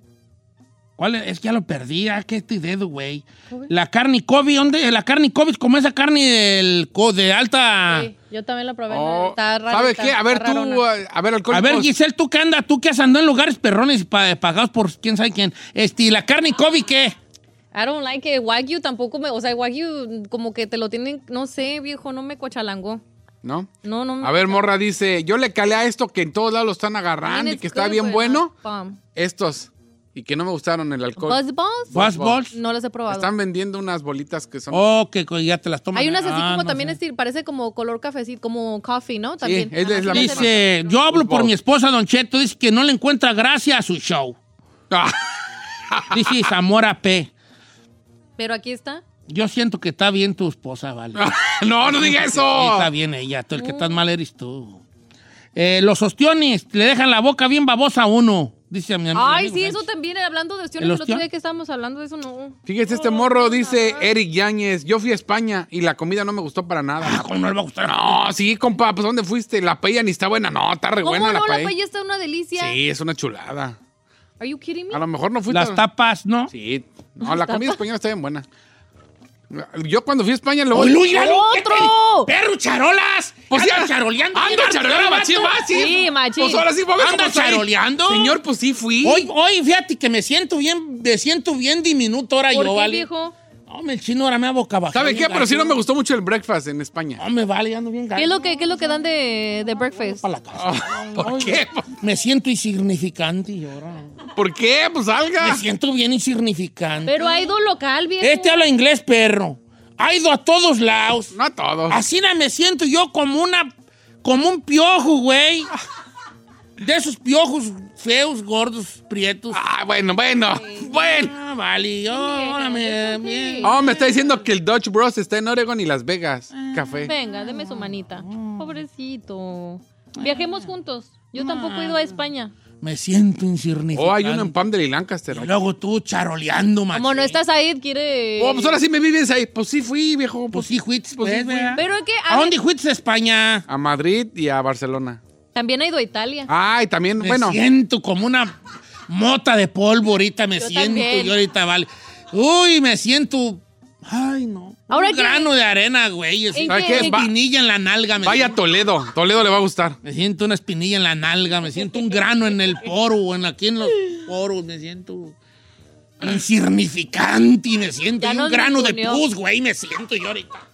A: ¿Cuál es? Es que ya lo perdí, ah, que estoy dedo, güey. La carne Kobe, ¿dónde? La carne Kobe es como esa carne del, co- de alta...
B: Sí, yo también la probé.
C: Oh,
B: está raro.
C: ¿Sabes qué? A ver tú,
A: uh,
C: a, a ver,
A: A
C: alcohólicos.
A: ver, Giselle, tú que anda, tú que has andado en lugares perrones pa- pagados por quién sabe quién. Este, ¿y la carne Kobe qué?
B: I don't like it. Wagyu tampoco me. O sea, Wagyu como que te lo tienen. No sé, viejo, no me cochalangó.
C: ¿No?
B: No, no me.
C: A ver, morra dice, yo le calé a esto que en todos lados lo están agarrando y que está bien bueno. Estos. Y que no me gustaron el alcohol.
B: ¿Buzz balls?
A: ¿Buzz balls?
B: No las he probado.
C: Están vendiendo unas bolitas que son...
A: Oh, que co- ya te las toman.
B: Hay unas así
A: Ah,
B: como
A: no
B: también,
A: sé.
B: estil- parece como color cafecito, como coffee, ¿no? También.
C: es de- es la
B: Ajá, sí las he
C: misma.
B: visto.
A: Dice, yo hablo por
C: Fútbol.
A: mi esposa, Don Cheto, dice que no le encuentra gracia a su show.
C: Ah.
A: Dice Zamora P.
B: Pero aquí está.
A: Yo siento que está bien tu esposa, ¿vale?
C: no, no diga
A: Sí,
C: eso.
A: está bien ella, tú el que estás mal eres tú. Eh, los ostiones le dejan la boca bien babosa a uno, dice mi amigo.
B: Ay,
A: amigo
B: sí,
A: Sánchez.
B: eso también, hablando de
A: ¿El
B: opciones, el otro
A: ostión?
B: día que estábamos hablando de eso, no.
C: Fíjese, este morro dice Eric Yáñez, yo fui a España y la comida no me gustó para
A: Ah,
C: nada.
A: ¿cómo no le va a gustar?
C: No, sí, compa, pues ¿dónde fuiste? La paella ni está buena. No, está re
B: ¿Cómo
C: buena
B: no?
C: la
B: La
C: paella.
B: paella está una delicia.
C: Sí, es una chulada.
B: Are you kidding me?
C: A lo mejor no fuiste.
A: Las tapas, ¿no?
C: Sí. No, la comida española está bien buena. Yo cuando fui a España luego...
A: ¡Ay, Luis, ya no!
B: ¡Otro!
A: ¡Perro, charolas!
C: Pues
A: ¡Anda
C: ya-
A: charoleando!
C: ¡Anda
A: mira,
C: charoleando,
A: vato.
C: machín, machín!
B: Sí, machín.
C: Pues ahora sí, vamos
A: ¿Anda charoleando?
C: Señor, pues sí fui.
A: Hoy, hoy, fíjate que me siento bien, me siento bien diminuto ahora
B: ¿Por
A: yo,
B: qué,
A: ¿vale?
B: viejo?
A: Hombre, el chino ahora me ha boca abajo.
C: ¿Sabe qué? Pero sí no me gustó mucho el breakfast en España.
A: No me vale, ando bien
B: ¿Qué es
A: gacho.
B: lo que, qué es lo que dan de, de breakfast?
A: Para la
C: Ah.
A: casa.
C: ¿Por
A: Ay,
C: qué?
A: Me siento insignificante y ahora.
C: ¿Por qué? Pues salga.
A: Me siento bien insignificante.
B: Pero hay dos local, viejo.
A: Este habla inglés, perro. Ha ido a todos lados.
C: No a todos.
A: Así na me siento yo como una. como un piojo, güey. De esos piojos feos, gordos, prietos.
C: Ah, bueno, bueno. Bueno.
A: Ah, vale, yo ahora me. bien.
C: Oh, me está diciendo que el Dutch Bros está en Oregon y Las Vegas.
A: Ah,
C: Café.
B: Venga, deme su manita. Pobrecito. Viajemos juntos. Yo tampoco he ido
C: Ah.
B: a España.
A: Me siento insignificante.
C: Oh, hay uno en Palm de este, Lancaster.
A: Y luego tú charoleando, macho.
B: Como no estás ahí, quiere.
C: Ah, Oh, pues ahora sí me vives ahí. Pues sí fui, viejo.
A: Pues
C: Pues
A: sí, Juiz,
C: Pues sí,
A: pues,
C: fui.
A: ¿verdad?
B: Pero es que
A: ¿A dónde Juiz España?
C: a Madrid y a Barcelona.
B: también ha ido a Italia.
C: Ay, también,
A: Me
C: bueno.
A: siento como una mota de polvo ahorita, me
B: Yo
A: siento.
B: también.
A: Yo ahorita, vale. Uy, me siento. Ay, no.
B: Ahora
A: Un
B: que-
A: grano de arena, güey. Es
B: ¿En
A: una
C: ¿Sabe qué? Va-
A: espinilla en la nalga. Me
C: vaya a
A: siento.
C: Toledo. Toledo le va a gustar.
A: Me siento una espinilla en la nalga. Me siento un grano en el poro, o en aquí en los poros. Me siento insignificante. y Me siento
B: Ya
A: y un
B: nos
A: grano de
B: ninguneó.
A: pus, güey. Me siento yo ahorita.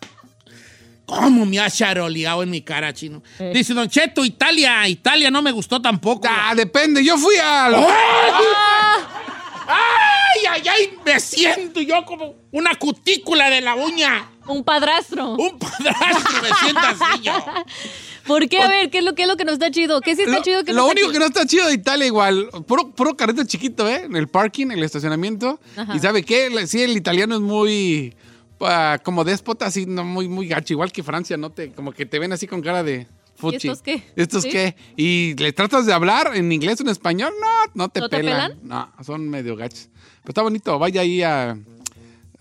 A: ¿Cómo me ha charoleado en mi cara, chino? Dice Don Cheto, Italia. Italia no me gustó tampoco.
C: Ah, depende. Yo fui al.
B: ¡Ah!
A: ¡Ay, ay, ay! Me siento yo como una cutícula de la uña.
B: Un padrastro.
A: Un padrastro me siento así yo.
B: ¿Por qué? A ver, ¿qué es lo, qué es lo que no está chido? ¿Qué sí está
C: Lo,
B: chido? ¿Qué
C: lo
B: está
C: único
B: chido?
C: que no está chido de Italia igual, puro, puro carrito chiquito, ¿eh? En el parking, en el estacionamiento.
B: Ajá.
C: Y ¿sabe qué? La- Sí, el italiano es muy, ah, como déspota, así, no, muy, muy gacho. Igual que Francia, ¿no? Te, como que te ven así con cara de fuchi.
B: estos qué?
C: ¿Estos
B: ¿Sí?
C: qué? Y le tratas de hablar en inglés o en español, no, no te
B: ¿No te
C: pelan.
B: pelan?
C: No, son medio gachos. Pero está bonito, vaya ahí a...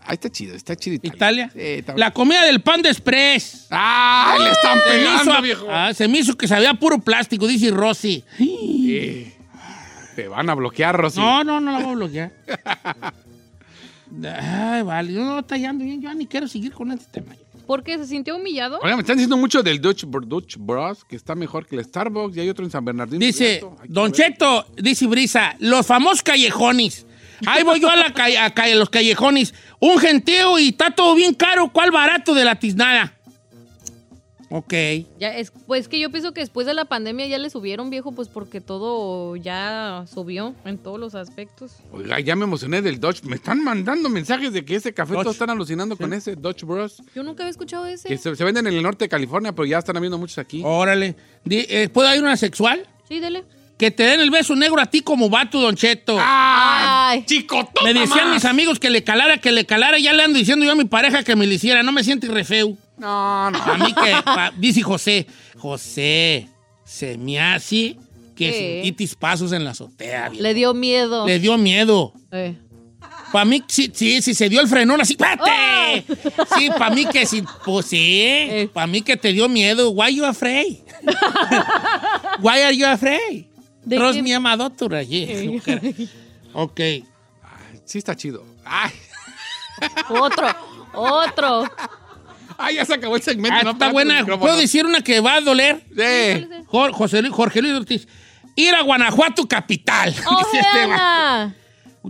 C: Ahí está chido, está chido Italia.
A: Italia.
C: Sí, está-
A: La comida del Panda Express.
C: ¡Ah! Le están
A: Se me, hizo
C: pegando,
A: a-
C: viejo.
A: Ah, se me hizo que sabía puro plástico, dice Rosy.
C: Sí. Te van a bloquear, Rosy.
A: No, no, no la voy a bloquear. Ay, vale, yo no está yendo bien. Yo ni quiero seguir con este tema.
B: Porque se sintió humillado.
C: Oiga, me están diciendo mucho del Dutch, Dutch Bros, que está mejor que el Starbucks, y hay otro en San Bernardino.
A: Dice,
C: Abierto. Hay que
A: Don
C: ver.
A: Cheto, dice Brisa, los famosos callejones. Ahí voy yo a, la calle, a calle- los callejones. Un gentío y está todo bien caro. ¿Cuál barato de la tiznada? Ok.
B: Ya es, pues que yo pienso que después de la pandemia ya le subieron, viejo, pues porque todo ya subió en todos los aspectos.
C: Oiga, ya me emocioné del Dutch. Me están mandando mensajes de que ese café
A: Dutch.
C: todos están alucinando con ese Dutch Bros.
B: Yo nunca había escuchado ese.
C: Que se, se venden en el norte de California, pero ya están habiendo muchos aquí.
A: Órale. Di- eh, ¿Puedo ir una sexual?
B: Sí, dele.
A: Que te den el beso negro a ti como vato, Don Cheto.
C: ¡Ay!
B: Ay.
C: ¡Chico,
A: Me decían
C: más!
A: mis amigos que le calara, que le calara. Ya le ando diciendo yo a mi pareja que me lo hiciera. No me siento re feo.
C: No, no.
A: A mí que, pa- dice José, José, se me hace que
B: ¿Qué?
A: sentí tispazos en la azotea. viejo.
B: Le dio miedo.
A: Le dio miedo.
B: Eh.
A: Para mí, sí, sí, sí, se dio el frenón así, ¡pate! Sí, para mí que sí, pues sí, para mí que te dio miedo. Why you afraid? Why are you afraid?
B: ¿De
A: Trust
B: qué?
A: me, I'm a doctor. Yeah. Ok.
C: Sí está chido. Ay,
B: Otro, otro.
C: ay, ya se acabó el segmento.
A: Ah,
C: no
A: está
C: apagaste el
A: buena.
C: micrófono.
A: ¿Puedo decir una que va a doler?
C: Sí.
A: Jor- José Luis- Jorge Luis Ortiz. Ir a Guanajuato capital. Dice este vato.
B: ¡Ojeana!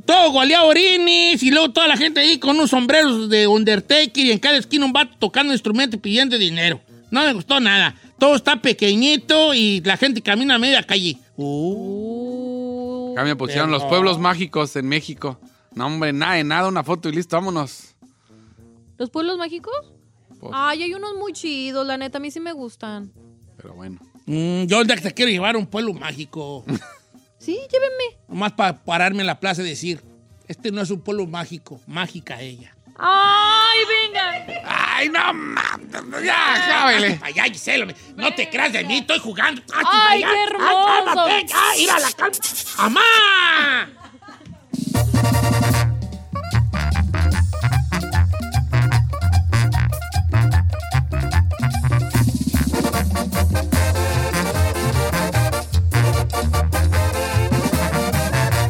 A: Todo goleado orines y luego toda la gente ahí con unos sombreros de Undertaker y en cada esquina un vato tocando instrumento y pidiendo dinero. No me gustó nada. Todo está pequeñito y la gente camina a media calle. Uh,
B: Uh,
C: Acá me pusieron los pueblos mágicos en México. No, hombre, nada, de nada, una foto y listo, vámonos.
B: ¿Los pueblos mágicos?
C: Pues.
B: Ay, hay unos muy chidos, la neta, a mí sí me gustan.
C: Pero bueno.
A: mm, yo ahorita te quiero llevar a un pueblo mágico.
B: Sí, llévenme.
A: Nomás para pararme en la plaza y decir, este no es un pueblo mágico, mágica ella.
B: ¡Ay, venga!
C: ¡Ay, no mames!
A: Ah,
C: ¡Ya, cábele!
A: Ay, ay, Gisela, me- no te creas de mí, estoy jugando. Ah,
B: Ay,
A: vaya.
B: qué hermoso.
A: Ay, Ah, cálmate. Ay, mira la calma. ¡Amá!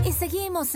E: Y seguimos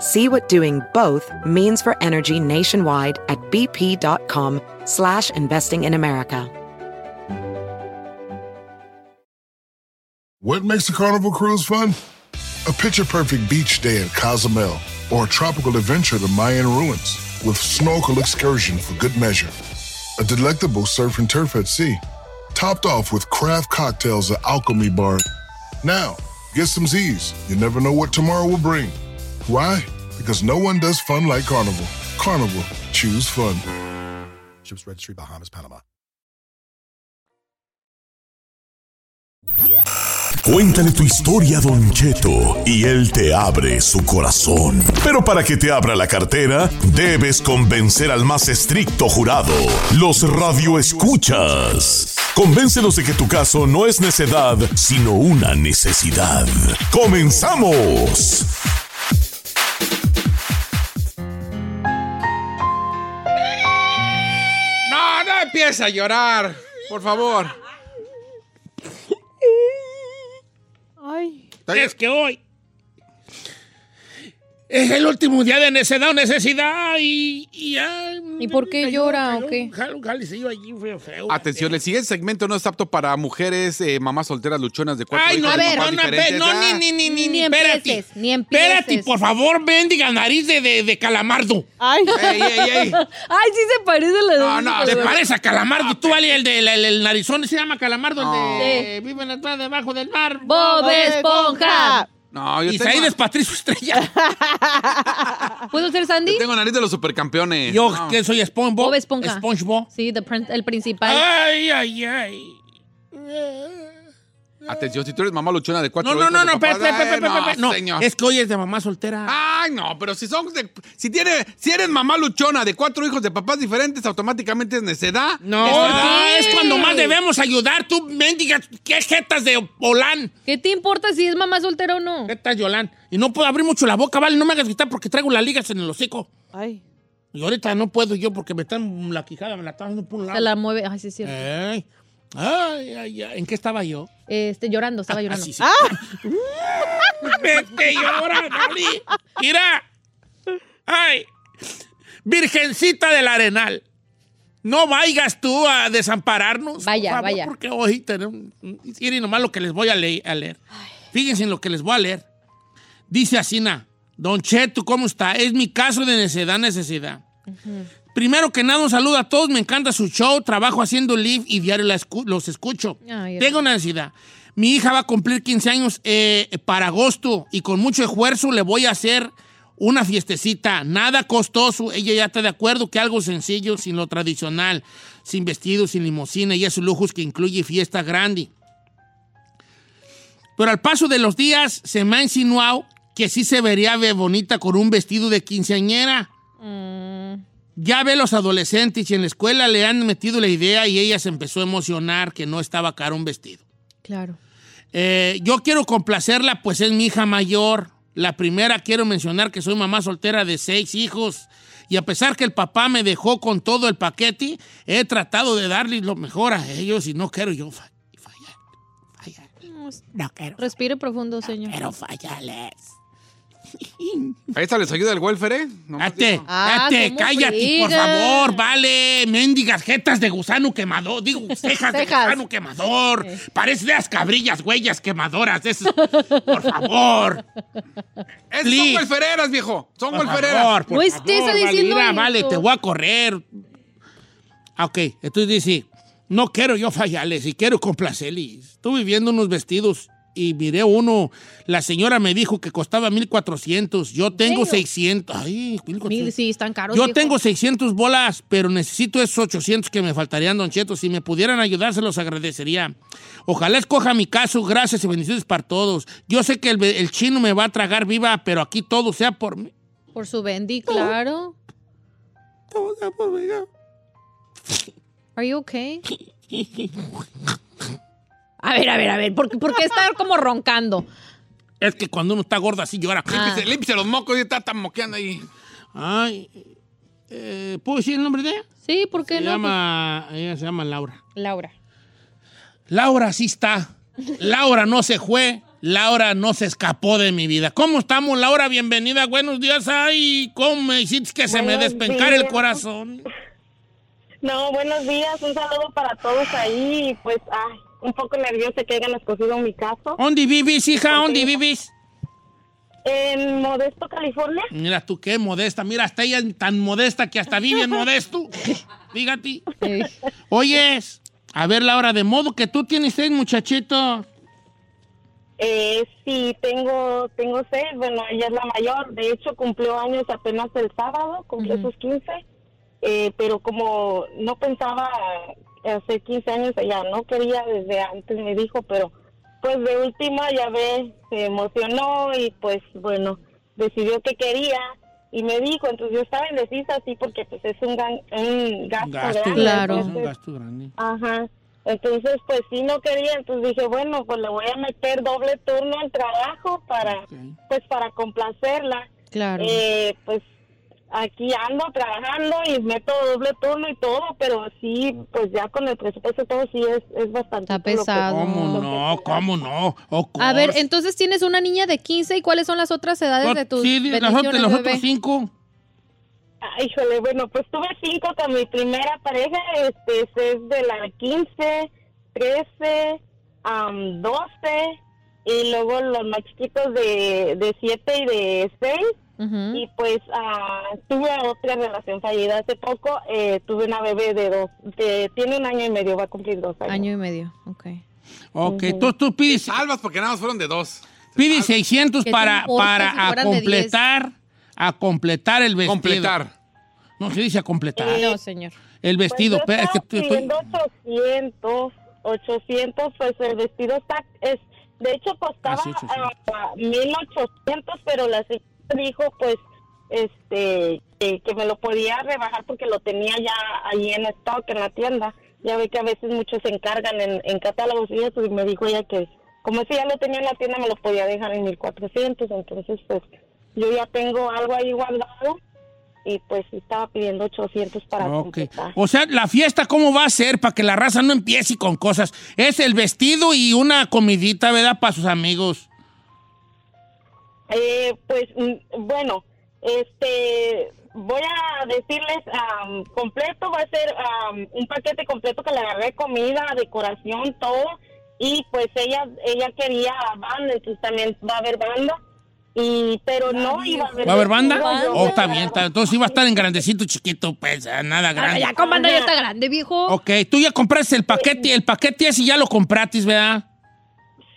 G: See what doing both means for energy nationwide at bp.com slash investing in America.
H: What makes a carnival cruise fun? A picture perfect beach day at Cozumel or a tropical adventure to Mayan ruins with snorkel excursion for good measure. A delectable surf and turf at sea, topped off with craft cocktails at Alchemy Bar. Now, get some Z's. You never know what tomorrow will bring. Why? Because no one does fun like Carnival. Carnival, choose fun. Ships Registry, Bahamas, Panama.
I: Cuéntale tu historia a Don Cheto y él te abre su corazón. Pero para que te abra la cartera, debes convencer al más estricto jurado, los radioescuchas. Convéncelos de que tu caso no es necedad, sino una necesidad. ¡Comenzamos!
C: No, no empieza a llorar. Por favor.
D: Ay.
A: Es que hoy es el último día de necesidad, necesidad y, y ay,
B: ¿Y por qué
A: cayó-
B: llora
A: cayó
B: o qué?
A: un jal- un jalecillo allí feo, feo.
C: Atención, el siguiente segmento no es apto para mujeres, eh, mamás solteras, luchonas de cuatro
A: Ay, no,
C: hijos,
A: no,
C: de
A: no,
C: papás
A: no,
C: diferentes.
A: no,
C: Ah,
A: ni, ni, ni, ni,
B: Ni
A: espérate.
B: empieces, ni empieces.
A: Espérate, por favor, bendiga nariz de, de, de calamardo.
D: Ay.
C: ey, ey, ey.
B: Ay, sí se parece a la
C: No, no,
A: ¿Te
C: de-
A: parece a Calamardo?
C: Ah,
A: Tú, Ali, el del el, el narizón se llama Calamardo, el de viven atrás debajo del mar.
B: Bob Esponja.
C: no, yo
A: Y ahí
C: tengo,
A: es Patricio Estrella.
B: ¿Puedo ser Sandy?
C: yo tengo nariz de los supercampeones.
A: Yo
C: No.
A: que soy SpongeBob.
B: Bob Esponja.
A: SpongeBob. Ah.
B: Sí, the prin- el principal.
A: Ay, ay, ay.
C: Atención, si tú eres mamá luchona de cuatro
A: No, no,
C: hijos,
A: no,
C: de
A: no,
C: papás-
A: pe- pe- pe-
C: Ay,
A: pe-
C: no,
A: pe- pe- no.
C: señor.
A: Es que hoy es de mamá soltera.
C: Ay, no, pero si son de- si tiene, si eres mamá luchona de cuatro hijos de papás diferentes, automáticamente es necedad.
A: No,
C: Necedad.
A: es cuando más debemos ayudar. Tú, mendiga, qué jetas de Olán.
B: ¿Qué te importa si es mamá soltera o no?
A: Jetas de Olán. Y no puedo abrir mucho la boca, vale. No me hagas gritar porque traigo las ligas en el hocico.
D: Ay.
A: Y ahorita no puedo yo porque me están la quijada, me la están dando por un lado.
B: Se la mueve. Ay, sí, es cierto.
A: Ay, ay, ay, ay. ¿En qué estaba yo?
B: Este, llorando, estaba llorando. Ah.
A: Así, Ah, sí. Vete, llora, Loli. Mira. Ay. Virgencita del Arenal. No vayas tú a desampararnos.
B: Vaya,
A: por favor,
B: vaya.
A: Porque hoy tenemos. Miren nomás lo que les voy a, le- a leer. Fíjense en lo que les voy a leer. Dice Asina. Don Cheto, ¿cómo está? Es mi caso de necesidad, necesidad. Primero que nada, un saludo a todos. Me encanta su show. Trabajo haciendo live y diario la escu- los escucho.
B: Ay,
A: Tengo una necesidad. Mi hija va a cumplir 15 años eh, para agosto y con mucho esfuerzo le voy a hacer una fiestecita. Nada costoso. Ella ya está de acuerdo que algo sencillo, sin lo tradicional. sin vestido, sin limusina y esos lujos que incluye fiesta grande. Pero al paso de los días se me ha insinuado que sí se vería be- bonita con un vestido de quinceañera. Ya ve los adolescentes y en la escuela le han metido la idea y ella se empezó a emocionar que no estaba caro un vestido.
B: Claro.
A: Eh, yo quiero complacerla, pues es mi hija mayor. La primera quiero mencionar que soy mamá soltera de seis hijos. Y a pesar que el papá me dejó con todo el paquete, he tratado de darles lo mejor a ellos y no quiero yo fallar. No quiero.
B: Respire profundo, señor.
A: Pero fallales.
C: Ahí está, les ayuda el welfare, ¿eh? Nomás
A: Date,
C: digo.
A: date,
B: ¿cómo
A: cállate, por
B: friega?
A: favor, vale. Mendigas jetas de gusano quemador. Digo, cejas de
B: Cejas.
A: gusano quemador. Parece de las cabrillas, huellas quemadoras. Eso, por favor.
C: Es-
A: Please.
C: son welfereras, viejo. Son
A: Por
C: welfereras.
A: favor, por
B: No estés
A: favor,
B: diciendo
A: Valeria,
B: eso.
A: Vale, te voy a correr. Ah, Ok, entonces dice, no quiero yo fallarles y quiero complacerles. Estuve viendo unos vestidos y miré uno. La señora me dijo que costaba 1,400. Yo tengo
B: serio?
A: 600. Ay, 1,400.
B: Mil, sí, están caros.
A: Yo
B: viejo.
A: tengo 600 bolas, pero necesito esos 800 que me faltarían, Don Cheto. Si me pudieran ayudar, se los agradecería. Ojalá escoja mi caso. Gracias y bendiciones para todos. Yo sé que el, ve- el chino me va a tragar viva, pero aquí todo sea por mí.
B: Por su bendy, claro.
A: Todo sea por mí.
B: Are you okay? A ver, a ver, a ver. ¿Por, por qué está como roncando?
A: Es que cuando uno está gordo así llora.
B: Ah.
C: Límpiese, límpiese los mocos y está tan moqueando ahí.
A: Ay, eh, ¿Puedo decir el nombre de ella?
B: Sí, ¿por qué
A: Se
B: no?
A: llama, ella se llama Laura.
B: Pues, Laura.
A: Laura sí está. Laura no se fue. Laura no se escapó de mi vida. ¿Cómo estamos, Laura? Bienvenida. Buenos días. Ay, ¿cómo me hiciste que se me
J: Buenos
A: despencara el
J: días.
A: corazón?
J: No, buenos días, un saludo para todos ahí. y Pues, ay, un poco nerviosa que hayan escogido mi caso.
A: ¿Dónde vivís, hija? ¿Dónde vivís?
J: En Modesto, California.
A: Mira tú qué modesta. Mira, hasta ella tan modesta que hasta vive en modesto. Fíjate.
B: Eh,
A: Oyes, a ver, Laura, de modo que tú tienes seis muchachitos.
J: Eh, sí, tengo, tengo seis. Bueno, ella es la mayor. De hecho, cumplió años apenas el sábado, cumplió
B: Ujú.
J: sus 15. Eh, pero como no pensaba hacer 15 años allá, no quería desde antes, me dijo, pero pues de última ya ve, se emocionó y pues bueno, decidió que quería y me dijo, entonces yo estaba indecisa así porque pues es un, gan- un gasto,
A: Gasto,
J: grande,
B: Claro.
A: Es un
J: entonces,
A: gasto grande.
J: Ajá. Entonces, pues sí, no quería. Entonces dije, bueno, pues le voy a meter doble turno al trabajo para,
A: Ok.
J: pues para complacerla.
B: claro.
J: Eh, pues aquí ando trabajando y meto doble turno y todo, pero sí, pues ya con el presupuesto todo sí es, es bastante.
B: Está pesado.
A: ¿Cómo no? ¿Cómo no? Of
B: A ver,
A: course.
B: entonces tienes una niña de 15 y cuáles son las otras edades de tus
A: Sí, las otras-
B: bendiciones,
A: los
B: bebé?
A: otros cinco.
J: Ay, híjole, bueno, pues tuve cinco con mi primera pareja, este es es de la 15, 13, am, 12 y luego los más chiquitos de, de 7 y de 6
B: Ujú.
J: y pues ah, tuve otra relación fallida hace poco, eh, tuve una bebé de dos, de, tiene un año y medio, va a cumplir dos años. Eh,
B: Año y medio, ok.
A: Ok, entonces tú pides,
C: Salvas porque nada más fueron de dos. Ah,
A: pides 600
B: ¿Qué te
A: para,
B: importa
A: para
B: si
A: a
B: fueran de diez?
A: completar, a completar el vestido.
C: Completar.
A: No se dice a completar.
B: No, señor.
A: El
J: Pues,
A: vestido.
J: yo
A: pe- es que
J: estaba
A: tú- estoy-
J: pidiendo 800, 800, pues el vestido está, es, de hecho costaba
A: Casi 800.
J: ah, 1800, pero la señora dijo pues este que, que me lo podía rebajar porque lo tenía ya ahí en stock en la tienda. Ya ve que a veces muchos se encargan en, en catálogos y eso, y me dijo ella que como si ya lo tenía en la tienda me lo podía dejar en 1400, entonces pues yo ya tengo algo ahí guardado y pues estaba pidiendo 800 para
A: Ok.
J: completar.
A: O sea, la fiesta, ¿cómo va a ser para que la raza no empiece con cosas? Es el vestido y una comidita, ¿verdad? Para sus amigos.
J: Eh, pues mm, bueno, este, voy a decirles am, completo, va a ser am, un paquete completo que le agarré comida, decoración, todo. Y pues ella ella quería banda, entonces también va a haber banda. Y pero no iba a haber
A: ¿Va a haber banda?
J: vestido, yo-
A: Oh, está bien. está- Entonces iba a estar en grandecito, chiquito, pues ah, nada
B: Ah,
A: grande.
B: ya, comanda, ya está grande, viejo.
A: Ok, tú ya compraste el paquete, el paquete ese ya lo compraste, ¿verdad?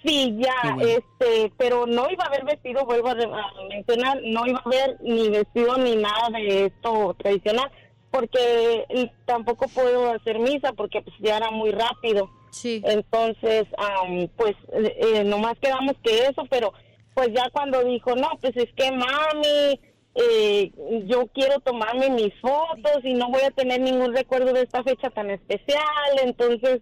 J: Sí,
A: Qué
J: ya,
A: bueno.
J: este, pero no iba a haber vestido, vuelvo a re- a mencionar, no iba a haber ni vestido ni nada de esto tradicional. porque y tampoco puedo hacer misa porque pues, ya era muy rápido. Entonces, am, pues eh, eh, nomás quedamos que eso, pero pues ya cuando dijo, no, pues es que mami, eh, yo quiero tomarme mis fotos y no voy a tener ningún recuerdo de esta fecha tan especial, entonces,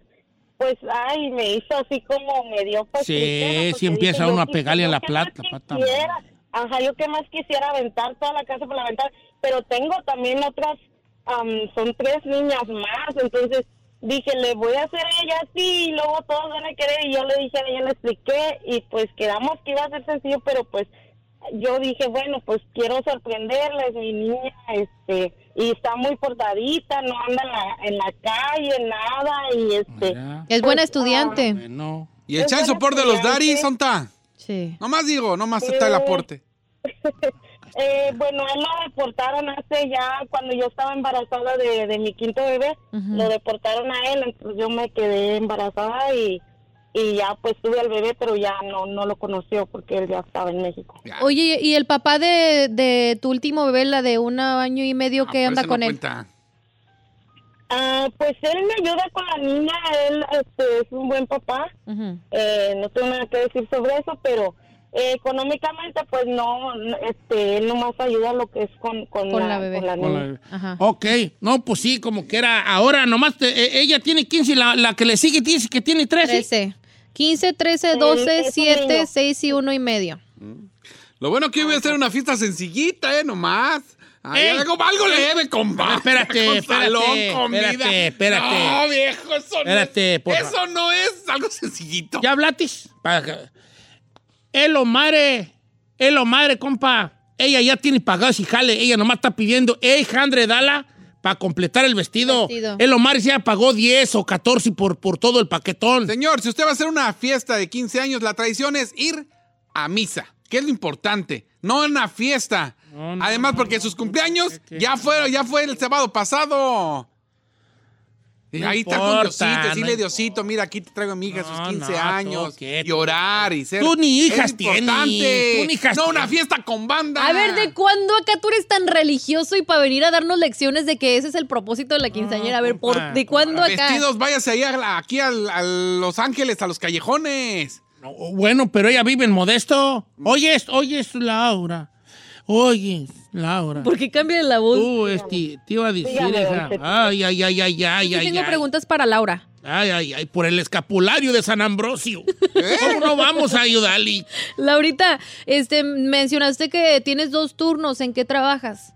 J: pues, ay, me hizo así como me dio
B: Pues
J: patriquera,
A: Sí,
J: porque
A: si empieza
J: dije, yo
A: uno a
J: quisiera
A: pegarle a la
J: que
A: plata. pata madre.
J: quisiera, ajá, yo que más quisiera aventar toda la casa por la ventana, pero tengo también otras, am, son tres niñas más, entonces dije, le voy a hacer a ella así, y luego todos van a querer, y yo le dije a ella, le expliqué, y pues quedamos que iba a ser sencillo, pero pues yo dije, bueno, pues quiero sorprenderles, mi niña, este, y está muy portadita, no anda en la, en la calle, nada, y este... ah,
B: Es buena estudiante.
A: No.
C: ¿Y el chai soporte de los daddies, Santa?
B: Sí.
C: Nomás digo, nomás está el aporte.
J: Eh, bueno, él lo deportaron hace ya, cuando yo estaba embarazada de, de mi quinto bebé,
B: Ujú.
J: lo deportaron a él, entonces yo me quedé embarazada y, y ya pues tuve al bebé, pero ya no, no lo conoció porque él ya estaba en México.
B: Oye, ¿y el papá de, de tu último bebé, la de un año y medio, que anda con él?
J: Ah, pues él me ayuda con la niña, él este, es un buen papá,
B: Ujú.
J: eh, no tengo nada que decir sobre eso, pero eh, económicamente pues no, no, este, él nomás ayuda lo que es con, con,
B: Con
J: la,
B: la bebé.
J: con la
A: Con
J: niña.
A: la- Ok, no, pues sí, como que era. Ahora nomás te- eh, ella tiene 15 y la, la que le sigue dice que tiene 13.
B: 13. 15, 13,
J: es
B: 12,
J: un
B: 7,
J: niño.
B: 6 y 1 y medio.
C: Lo bueno que iba a ser una fiesta sencillita, ¿eh? Nomás. Ay,
A: Ey.
C: algo, algo leve, compa.
A: Eh. Ah, Espérate,
C: Ah, Con
A: espérate,
C: salón, comida.
A: espérate, espérate.
C: No, viejo, eso
A: Espérate,
C: no
A: por
C: es,
A: favor.
C: Eso no es algo sencillito.
A: ¿Ya hablatis? El madre, el madre, compa. Ella ya tiene pagado si jale. Ella nomás está pidiendo 800 dala para completar el vestido.
C: Vestido.
A: El Omar ya pagó 10 o 14 por, por todo el paquetón.
C: Señor, si usted va a hacer una fiesta de 15 años, la tradición es ir a misa, que es lo importante, no una fiesta. Además, porque sus cumpleaños ya fueron, ya fue el sábado pasado. Y
A: No
C: ahí está con
A: importa,
C: Diosito, decirle
A: no
C: Diosito, mira, aquí te traigo a mi hija sus 15
A: no, todo
C: años,
A: quieto.
C: llorar y ser.
A: Tú ni hijas
C: es
A: tienes,
C: importante.
A: tú ni hijas
C: No una
A: tienes.
C: fiesta con banda.
B: A ver, ¿de cuándo acá tú eres tan religioso y para venir a darnos lecciones de que ese es el propósito de la quinceañera? A ver, ¿por, ¿de cuándo acá?
C: Vestidos, váyase ahí a la- aquí al- a Los Ángeles, a los callejones.
A: Bueno, pero ella vive en Modesto. Oyes, oyes, Laura. Oyes, Laura.
B: ¿Por qué cambia la voz?
A: Tú, este, te iba a decir,
B: Dígame,
A: hija.
B: don Cheto.
A: Ay, ay, ay, ay, ay,
B: Yo
A: ay.
B: tengo
A: ay.
B: preguntas para Laura.
A: Ay, ay, ay, por el escapulario de San Ambrosio.
C: ¿Eh?
A: ¿Cómo no vamos a ayudarle?
B: Laurita, este, mencionaste que tienes dos turnos. ¿En qué trabajas?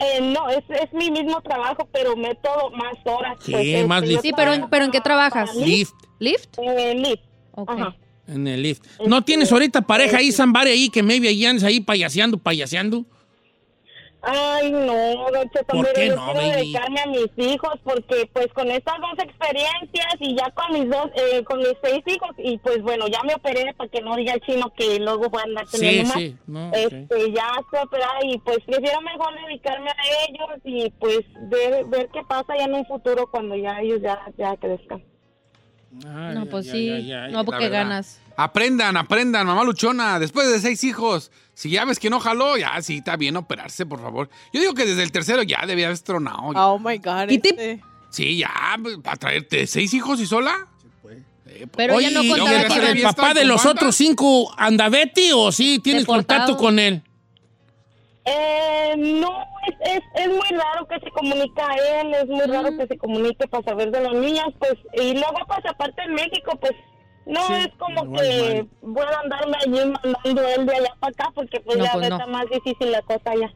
J: Eh, no, es, es mi mismo trabajo, pero meto más horas.
A: Sí,
J: pues,
A: más
J: este, yo
A: listo.
B: Sí, pero, en- pero ¿en qué trabajas?
A: Lift,
B: ¿Lift?
J: Eh, lift.
B: Ok.
J: Ajá.
A: en el lift. ¿No tienes ahorita pareja ahí, Zambare, ahí, que maybe ahí andas ahí payaseando, payaseando?
J: Ay, no, Don Cheto,
A: ¿Por
J: mire,
A: qué
J: yo
A: no,
J: quiero
A: baby?
J: dedicarme a mis hijos porque pues con estas dos experiencias y ya con mis dos, eh, con mis seis hijos y pues bueno, ya me operé para que no diga el chino que luego voy a andar
A: Sí,
J: teniendo más.
A: sí, no, ok.
J: este, ya estoy operada y pues prefiero mejor dedicarme a ellos y pues ver, ver qué pasa ya en un futuro cuando ya ellos ya, ya crezcan.
B: No, pues sí.
C: La
B: no, porque
C: verdad.
B: ganas.
C: Aprendan, aprendan, mamá luchona. Después de seis hijos, si ya ves que no jaló, ya sí, está bien operarse, por favor. Yo digo que desde el tercero ya debía haber tronado.
B: Ah,
D: Oh my God.
B: ¿Y te-
D: este.
C: Sí, ya, pues, para traerte seis hijos y sola.
B: Pero
A: Oye,
B: ya no
A: ¿y
C: contaba
A: el
C: con
A: papá- el
C: banda.
A: papá de los otros cinco andabeti o sí tienes
B: Deportado.
A: contacto con él?
J: Eh, no, es, es, es muy raro que se comunica él, es muy raro que se comunique para saber de las niñas, pues, y luego pues aparte en México, pues, no
A: Sí,
J: es como
A: igual,
J: que
A: igual.
J: voy a andarme allí mandando él de allá para acá, porque pues
B: No,
J: ya
B: pues,
J: ves,
B: no.
J: está más difícil la cosa allá.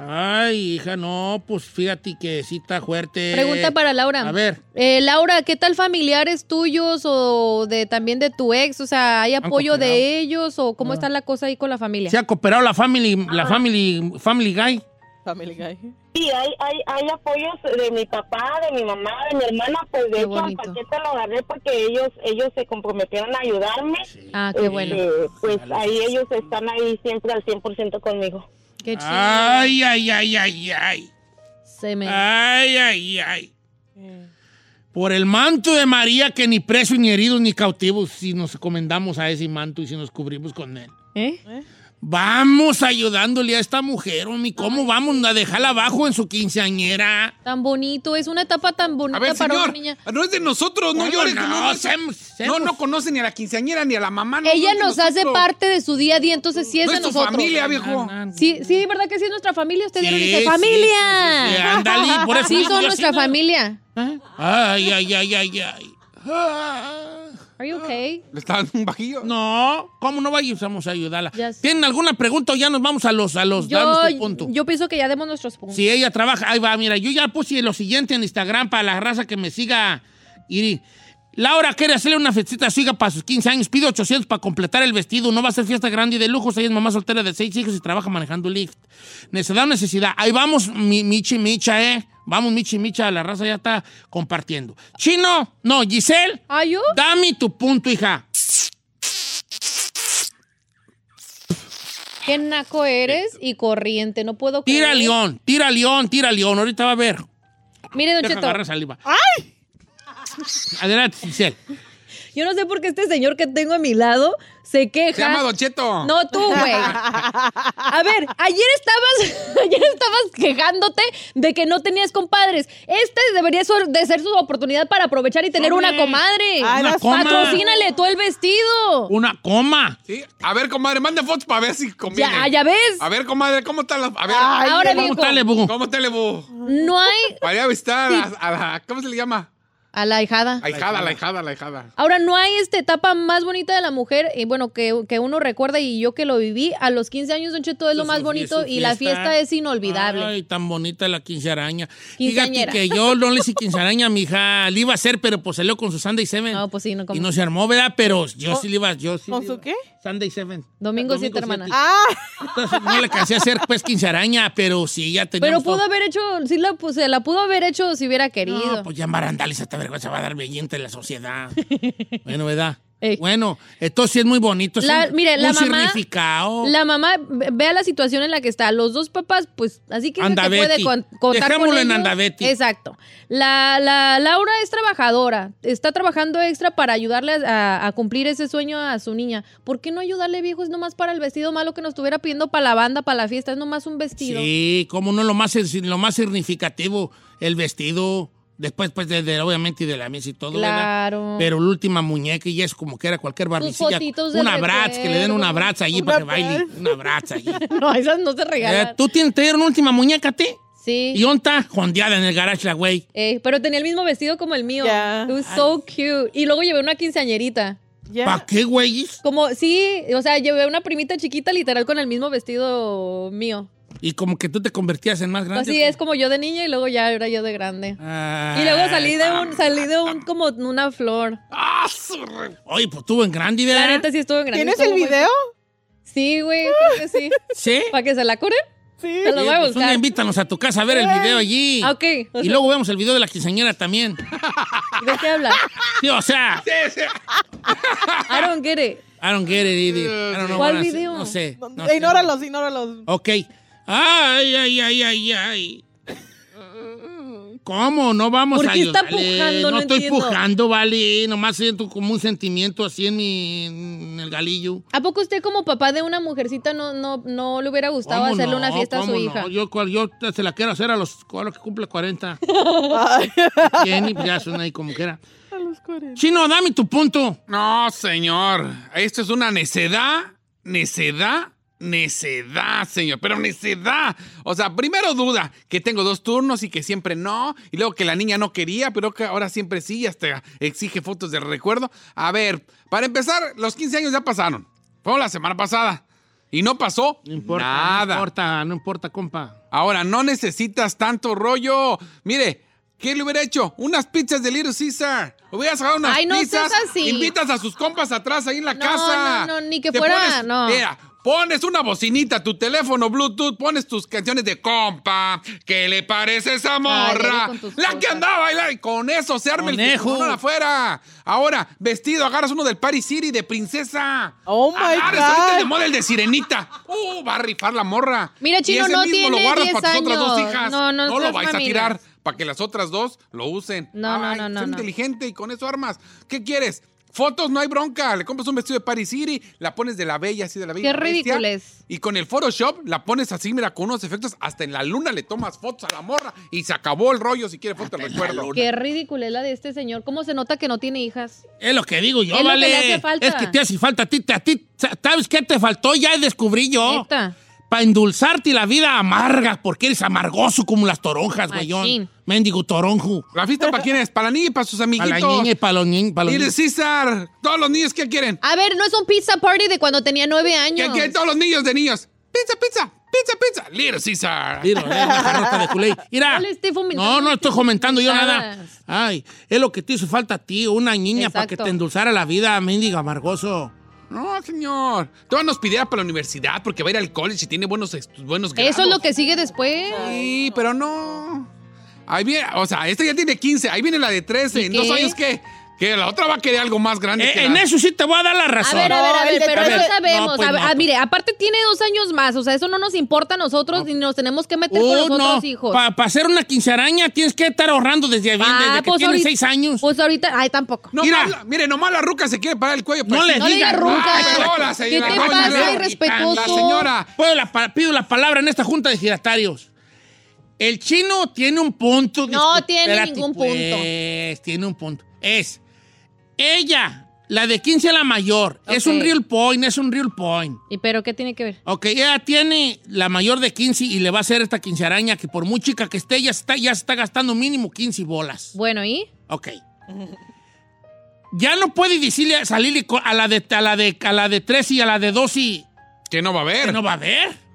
A: Ay, hija, no, pues fíjate que sí está fuerte.
B: Pregunta para Laura.
A: eh, A ver.
B: Eh, Laura, ¿qué tal familiares tuyos o de también de tu ex? O sea, ¿hay apoyo
A: cooperado. Ah.
B: de ellos o cómo está la cosa ahí con la familia?
A: ¿Se ha cooperado la family, la family, family guy?
D: Family Guy.
J: Sí, hay, hay, hay apoyos de mi papá, de mi mamá, de mi hermana, pues de
B: Qué
J: hecho al
B: bonito.
J: paquete lo agarré porque ellos, ellos se comprometieron a ayudarme.
B: Ah, qué bueno.
J: Eh, pues ahí ellos están ahí siempre al 100% conmigo.
B: Qué chido.
A: Ay, ay, ay, ay, ay.
B: Se me...
A: Ay, ay, ay. Por el manto de María, que ni presos, ni heridos, ni cautivos, si nos comendamos a ese manto y si nos cubrimos con él.
B: ¿Eh?
A: Vamos ayudándole a esta mujer, Omi. ¿Cómo vamos a dejarla abajo en su quinceañera?
B: Tan bonito, es una etapa tan bonita
C: A ver,
B: para
C: señor,
B: una niña.
C: Ah, no es de nosotros, no
A: No,
C: llores. que
A: no,
C: No, no, es-
A: seamos-
C: no, no conoce ni a la quinceañera ni a la mamá. no, no es
B: Ella
C: de
B: nos hace
C: nosotros.
B: parte de su día a día, entonces sí es
C: No
B: de
C: es tu
B: nosotros.
C: familia, viejo.
B: Sí, sí, ¿verdad que sí es nuestra familia? Usted
A: Sí,
B: lo dice,
A: sí,
B: ¡familia!
A: sí, sí, sí, ándale, por eso
B: Sí,
A: digo,
B: son
A: yo
B: nuestra
A: sí, ¿no? ¿Ah?
B: familia.
A: Ay, ay, ay, ay, ay.
B: Are you okay?
C: ¿Le está dando un bajillo?
A: No, ¿cómo no vayamos a ayudarla?
B: Ya sé.
A: ¿Tienen alguna pregunta o ya nos vamos a los, a los, danos tu punto?
B: Yo, yo pienso que ya demos nuestros puntos.
A: Si ella trabaja, ahí va, mira, yo ya puse lo siguiente en Instagram para la raza que me siga. Y Laura quiere hacerle una festita a su hija para sus 15 años, pide 800 para completar el vestido, no va a ser fiesta grande y de lujos, ella es mamá soltera de seis hijos y trabaja manejando Lyft. Necesidad, necesidad. Ahí vamos, mi- Michi Micha, ¿eh? Vamos, Michi Micha, la raza ya está compartiendo. Chino, no, Giselle,
B: ¿Ayú?
A: dame tu punto, hija.
B: Qué naco eres y corriente, no puedo creer.
A: Tira a León, tira a León, tira a León, ahorita va a ver.
B: Mire, Don
A: Deja
B: Cheto,
A: agarrar saliva. Adelante, Giselle.
B: yo no sé por qué este señor que tengo a mi lado se queja.
C: Se llama Don Cheto.
B: No tú, güey. A ver, ayer estabas, ayer estabas quejándote de que no tenías compadres. Este debería ser- de ser su oportunidad para aprovechar y tener
A: Hombre.
B: una comadre.
A: Ay, Una las- coma.
B: Patrocínale tú el vestido.
A: Una coma.
C: Sí, a ver, comadre, mande fotos para ver si conviene.
B: Ya, ya ves.
C: A ver, comadre, ¿cómo está la...? A ver,
B: Ahora
A: ¿Cómo
B: viejo,
A: está, Lebu?
C: ¿cómo está el bu?
B: no hay
C: Para ir a visitar a, a la... ¿Cómo se le llama?
B: a la hijada.
C: Ahijada, la hijada, la hijada.
B: Ahora, no hay esta etapa más bonita de la mujer, y bueno, que, que uno recuerda y yo que lo viví, a los 15 años, Don Cheto, es lo
A: Su-
B: más
A: su-
B: bonito
A: su
B: y la fiesta es inolvidable.
A: Ay, tan bonita la quincearaña. Fíjate
B: Quinceañera.
A: que yo no le hice quincearaña a mi hija. Le iba a hacer, pero pues salió con su Sunday Seven.
B: No, pues sí, no Oh. como.
A: y no se armó, ¿verdad? Pero yo sí le iba, yo sí.
D: ¿Con
A: le
D: su
A: iba-
D: qué?
A: Sunday Seven.
B: Domingo siete, hermana.
A: siete.
D: Ah,
A: Entonces, no le alcancé a hacer pues quincearaña, pero sí ya tenía.
B: Pero pudo haber hecho, sí la, pues, se la pudo haber hecho si hubiera querido.
A: No, pues ya Marandales esta vergüenza va a dar bellita en la sociedad. bueno, ¿verdad?
B: Ey.
A: Bueno, entonces sí es muy bonito.
B: La-
A: sí,
B: mire,
A: muy
B: la mamá-
A: significado.
B: La mamá, ve- vea la situación en la que está. Los dos papás, pues, así que, se
A: Andaveti.
B: puede con- contar
A: Dejémoslo
B: con
A: en
B: ellos.
A: Andaveti.
B: Exacto. La, la Laura es trabajadora. Está trabajando extra para ayudarle a, a cumplir ese sueño a su niña. ¿Por qué no ayudarle, viejo? Es nomás para el vestido malo que nos estuviera pidiendo para la banda, para la fiesta. Es nomás un vestido.
A: Sí, como no lo más, lo más significativo, el vestido, después pues de, de- obviamente y de la mesa y todo, ¿verdad?
B: Claro.
A: Pero la última muñeca y es como que era cualquier barnicilla.
B: fotitos de
A: Una bratz, que le den una
B: recuerdo.
A: bratz allí
D: Una
A: para que baile.
D: bratz.
A: Una bratz allí.
B: No, esas no se regalan.
A: Eh, ¿Tú tienes, te dieron última muñeca a ti?
B: sí.
A: Y onta, jondeada en el garage la güey.
B: Ey, pero tenía el mismo vestido como el mío.
D: Ya.
B: It was so cute. Y luego llevé una quinceañerita.
D: ya.
A: ¿Para qué, güeyes?
B: Como, sí, o sea, llevé una primita chiquita literal con el mismo vestido mío.
A: Y como que tú te convertías en más grande.
B: Así es como yo de niña y luego ya era yo de grande.
A: Ay,
B: Y luego salí de
A: Ah.
B: un, salí de un, como una flor.
C: ¡Ah, su re-
A: Oye, pues estuvo en grande,
B: La
A: ¿verdad?
B: neta sí estuvo en grande.
D: ¿Tienes
B: estuvo
D: el
B: muy-
D: video?
B: Sí, güey, creo que sí.
A: Sí.
B: ¿Para que se la curen?
D: Sí.
B: Te lo voy a
A: Pues un día
B: buscar.
A: invítanos a tu casa a ver el video allí.
B: Ah, ok. O
A: Y
B: sea,
A: luego vemos el video de la quinceañera también.
B: ¿De qué hablas?
A: Sí, o sea,
B: I don't get it.
A: I don't get it, idiot. I don't know
B: ¿Cuál
A: what I said.
B: video?
A: No sé. no sé.
D: ignóralos, ignóralos.
A: Ok. Ay, ay, ay, ay, ay. ¿Cómo? No vamos
B: ¿Por
A: a
B: qué está
A: ayudarle.
B: pujando?
A: No,
B: No
A: estoy
B: entiendo.
A: pujando, vale. Nomás siento como un sentimiento así en mi en el galillo.
B: ¿A poco usted como papá de una mujercita no, no, no le hubiera gustado
A: ¿Cómo
B: hacerle
A: no?
B: una fiesta a su
A: ¿Cómo no?
B: hija?
A: Yo, cual- yo se la quiero hacer a los, a los que cumple 40.
D: Ay,
A: Jenny, pues ya suena ahí como quiera. Chino, dame tu punto.
C: No, señor. Esto es una necedad, necedad, necedad, señor. Pero necedad. O sea, primero duda que tengo dos turnos y que siempre no. Y luego que la niña no quería, pero que ahora siempre sí. y Hasta exige fotos de recuerdo. A ver, para empezar, los 15 años ya pasaron. Fue la semana pasada. Y no pasó
A: No importa, no
C: nada.
A: importa, no importa, compa.
C: Ahora, no necesitas tanto rollo. Mire, ¿qué le hubiera hecho? Unas pizzas de Little Caesar. Hubieras sacado unas
B: Ay, no
C: pizzas.
B: seas así.
C: Invitas a sus compas atrás ahí en la
B: No,
C: casa.
B: no, no, ni que
C: Te
B: fuera,
C: pones-
B: no.
C: Mira, pones una bocinita, tu teléfono Bluetooth, pones tus canciones de compa. ¿Qué le parece esa morra?
B: con tus
C: La que
B: cosas.
C: andaba bailando. Y con eso se arma
A: Conejo.
C: el tiburón afuera. Ahora, vestido, agarras uno del Paris City de princesa.
D: Oh, my
C: Agarras ahorita
D: God.
C: de moda el de sirenita. Uh, va a rifar la morra.
B: Mira,
C: Y
B: Chino,
C: ese
B: no
C: mismo
B: tiene
C: lo guardas
B: 10
C: para tus otras dos
B: años.
C: hijas.
B: No, no
C: lo
B: seas
C: vais a
B: mamila.
C: tirar para que las otras dos lo usen.
B: No, no, no, no,
C: sé
B: no.
C: inteligente y con eso armas. ¿Qué quieres? Fotos no hay bronca. Le compras un vestido de Paris City, la pones de la bella, así de la bella.
B: Qué
C: bestia,
B: ridículo es.
C: Y con el Photoshop la pones así, mira, con unos efectos. Hasta en la luna le tomas fotos a la morra y se acabó el rollo. Si quiere foto, te recuerdo.
B: Qué ridícula es la de este señor. ¿Cómo se nota que no tiene hijas?
A: Es lo que digo yo,
B: Es lo que
A: vale.
B: le hace falta.
A: Es que te hace falta a ti, te- a ti. ¿Sabes qué te faltó? Ya descubrí yo.
B: Neta.
A: Para endulzarte la vida amarga, porque eres amargoso como las toronjas, güeyón.
C: Machín.
A: Mendigo toronjo.
C: ¿La fiesta para quién es? Para la niña y para sus
A: Para
C: amiguitos.
A: la niña y para los niños. para los
C: Mire,
A: niños.
C: César, todos los niños, ¿qué quieren?
B: A ver, no es un pizza party de cuando tenía nueve años.
C: ¿Qué quieren todos los niños de niños? Pizza, pizza, pizza, pizza. Little César.
A: Little, eh, macarrota de culé. Mira.
B: No le esté fomentando
A: No, no estoy comentando yo nada.
B: Pisadas.
A: Ay, es lo que te hizo falta a ti, una niña, para que
B: Exacto.
A: te endulzara la vida, mendigo amargoso.
C: No, señor. Todavía nos pidiera para la universidad porque va a ir al college y tiene buenos, estu- buenos grados.
B: Eso es lo que sigue después.
C: Sí, pero no. Ahí viene, o sea, esta ya tiene 15, ahí viene la de 13. ¿En
B: qué?
C: dos años qué? Que la otra va a querer algo más grande.
A: Eh,
C: que
A: en
C: la-
A: eso sí te voy a dar la razón.
B: A ver, a ver, a ver, pero
A: A
B: eso
A: ver,
B: sabemos.
A: no, pues
B: A ver,
A: no,
B: ah, mire, aparte tiene dos años más, o sea, eso no nos importa a nosotros y nos tenemos que meter con
A: Oh, Uh,
B: los otros hijos.
A: Para hacer una quincearaña tienes que estar ahorrando desde, bien,
B: Ah,
A: desde que
B: pues
A: tienes
B: ahorita-
A: seis años.
B: Pues ahorita, ay, tampoco.
C: No,
A: Mira.
C: más la- mire, nomás la ruca se quiere parar el cuello. pues,
A: No le
B: No le
A: digas
B: digas ruca.
A: Ay, pero
C: hola,
A: ¿qué
C: señora,
A: te
C: doña
A: pasa,
C: Laura.
B: irrespetuoso?
C: La señora.
A: Puedo la pa- pido la palabra en esta junta de giratarios. El chino tiene un punto.
B: No
A: discu-
B: tiene
A: Espérate,
B: ningún punto.
A: pues, tiene un punto. Es ella, la de 15 la mayor. Es un
B: Ok.
A: real point, es un real point.
B: ¿Y pero qué tiene que ver?
A: Ok, ella tiene la mayor de 15 y le va a hacer esta quincearaña que por muy chica que esté, ya está, ya está gastando mínimo 15 bolas.
B: Bueno, ¿y?
A: Ok. Ya no puede decirle, salirle co- a la de a la de a la de 13 y a la de 12 y
C: Que no va a
A: que
C: haber.
A: no va a haber.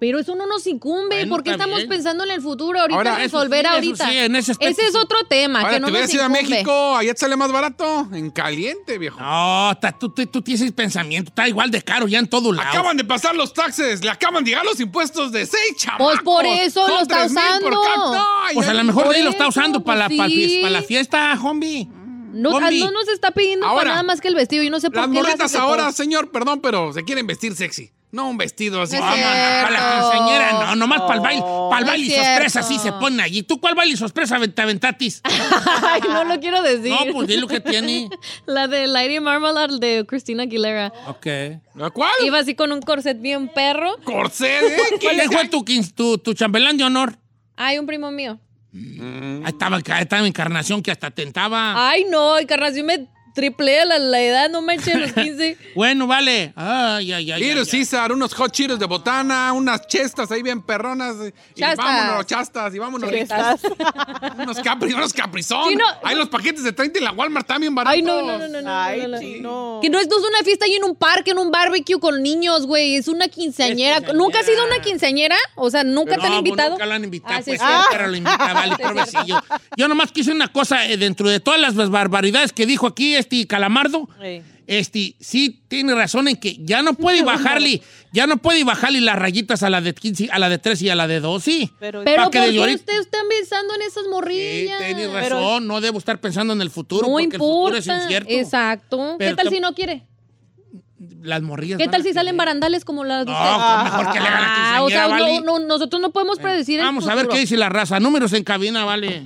B: Pero eso no nos incumbe.
A: Bueno,
B: ¿Por qué
A: está
B: estamos
A: bien.
B: pensando en el futuro? Ahorita
C: Ahora, eso
B: resolver
A: sí, eso
B: ahorita.
A: sí, en ese aspecto sí.
B: es otro tema
C: Ahora,
B: Ah, que no
C: te
B: nos
C: hubieras ido a
B: incumbe.
C: México, allá te sale más barato. En caliente, viejo.
A: No, ta- tú, tú- tú tienes ese pensamiento, está igual de caro ya en todo lado.
C: Acaban de pasar los taxes, le acaban de llegar los impuestos de seis chamacos.
B: Pues por eso
C: Son
B: lo está
C: 3,000 por
B: usando.
C: cada- No, ay,
A: pues a
C: ay,
A: lo mejor
B: por
A: de ahí lo está
B: eso,
A: usando para,
B: pues
A: la, para, el
B: sí.
A: fies- para la fiesta, homie.
B: No,
C: ah,
A: Combi.
B: no nos está pidiendo
C: Ahora,
B: para nada más que el vestido. Yo no sé por
C: Las
B: qué. lo hace
C: morritas
B: de
C: ahora,
B: todo.
C: señor, perdón, pero se quieren vestir sexy. No un vestido así.
B: No es
C: Ah,
B: cierto.
A: Para la quinceañera, no, nomás para el baile, para el
B: No
A: baile
B: es
A: y sorpresa,
B: cierto.
A: así se pone allí. ¿Tú cuál baile y sorpresa te aventatis?
B: Ay, no lo quiero decir.
A: no, pues di lo que tiene.
B: La de Lady Marmalade de Christina Aguilera.
A: Ok.
C: ¿La cual?
B: Iba así con un corset bien perro.
C: Corsé, ¿eh?
A: ¿Quién fue tu, quin- tu, tu chambelán de honor?
B: Ay, un primo mío.
C: Mm.
A: Ahí estaba, ahí estaba encarnación que hasta tentaba.
B: Ay, no, encarnación me triplea la, la edad, no me eche los 15.
A: Bueno, vale. Ay, ay, ay.
C: Mire,
A: ay, ay.
C: César, unos hot cheetos de botana, unas chestas ahí bien perronas. Y
B: Chastas.
C: vámonos, chastas, y vámonos.
D: Estás-
C: Unos capri, unos caprizón.
B: Sí, no,
C: Hay los paquetes de 30 en la Walmart también baratos.
B: Ay, no, no, no, no, no. no,
D: Ay,
B: no.
D: chino.
B: Que no es, no es una fiesta ahí en un parque, en un barbecue con niños, güey. Es una quinceañera.
A: Es quinceañera.
B: ¿Nunca has ido a una quinceañera? O sea, ¿nunca te han
A: No, pues
B: invitado?
A: Nunca lo han invitado,
B: Ah, sí,
A: pues,
B: es cierto.
A: pero lo invita, vale, pobrecillo. Yo nomás quise una cosa, eh, dentro de todas las barbaridades que dijo aquí este Calamardo,
D: Sí.
A: este, sí tiene razón en que ya no puede bajarle, ya no puede bajarle las rayitas a la de 15, a la de 3 y a la de 2, sí.
D: Pero,
B: Pero
A: Pa'
B: ¿por
A: que de
B: qué
A: llorito.
B: ustedes están pensando en esas
A: Sí,
B: morrillas?
A: tiene razón,
D: Pero-
A: no debo estar pensando en el futuro,
B: No
A: porque
B: importa.
A: el futuro es incierto.
B: Exacto.
A: Pero
B: ¿Qué tal
A: te-
B: si no quiere?
A: Las morrillas.
B: ¿Qué
A: van
B: tal
A: a
B: si salen
A: tener-
B: barandales como las de
A: No,
B: ustedes?
A: pues, mejor que le hagan la
B: Ah, o
A: quinceañera,
B: sea,
A: vale. Eh,
B: no, no, nosotros no podemos predecir el
A: Vamos a ver
B: futuro.
A: qué dice la raza. Números en cabina, vale.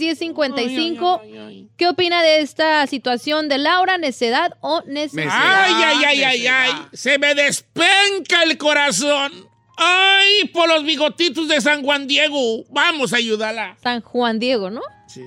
B: 818-563-1055. ¿Qué opina de esta situación de Laura? ¿Necedad o necesidad?
A: Ay, ay, ay, ay, ay.
C: necedad.
A: Se me despenca el corazón. Ay, por los bigotitos de San Juan Diego. Vamos a ayudarla.
B: San Juan Diego, ¿no?
A: Sí.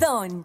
E: Don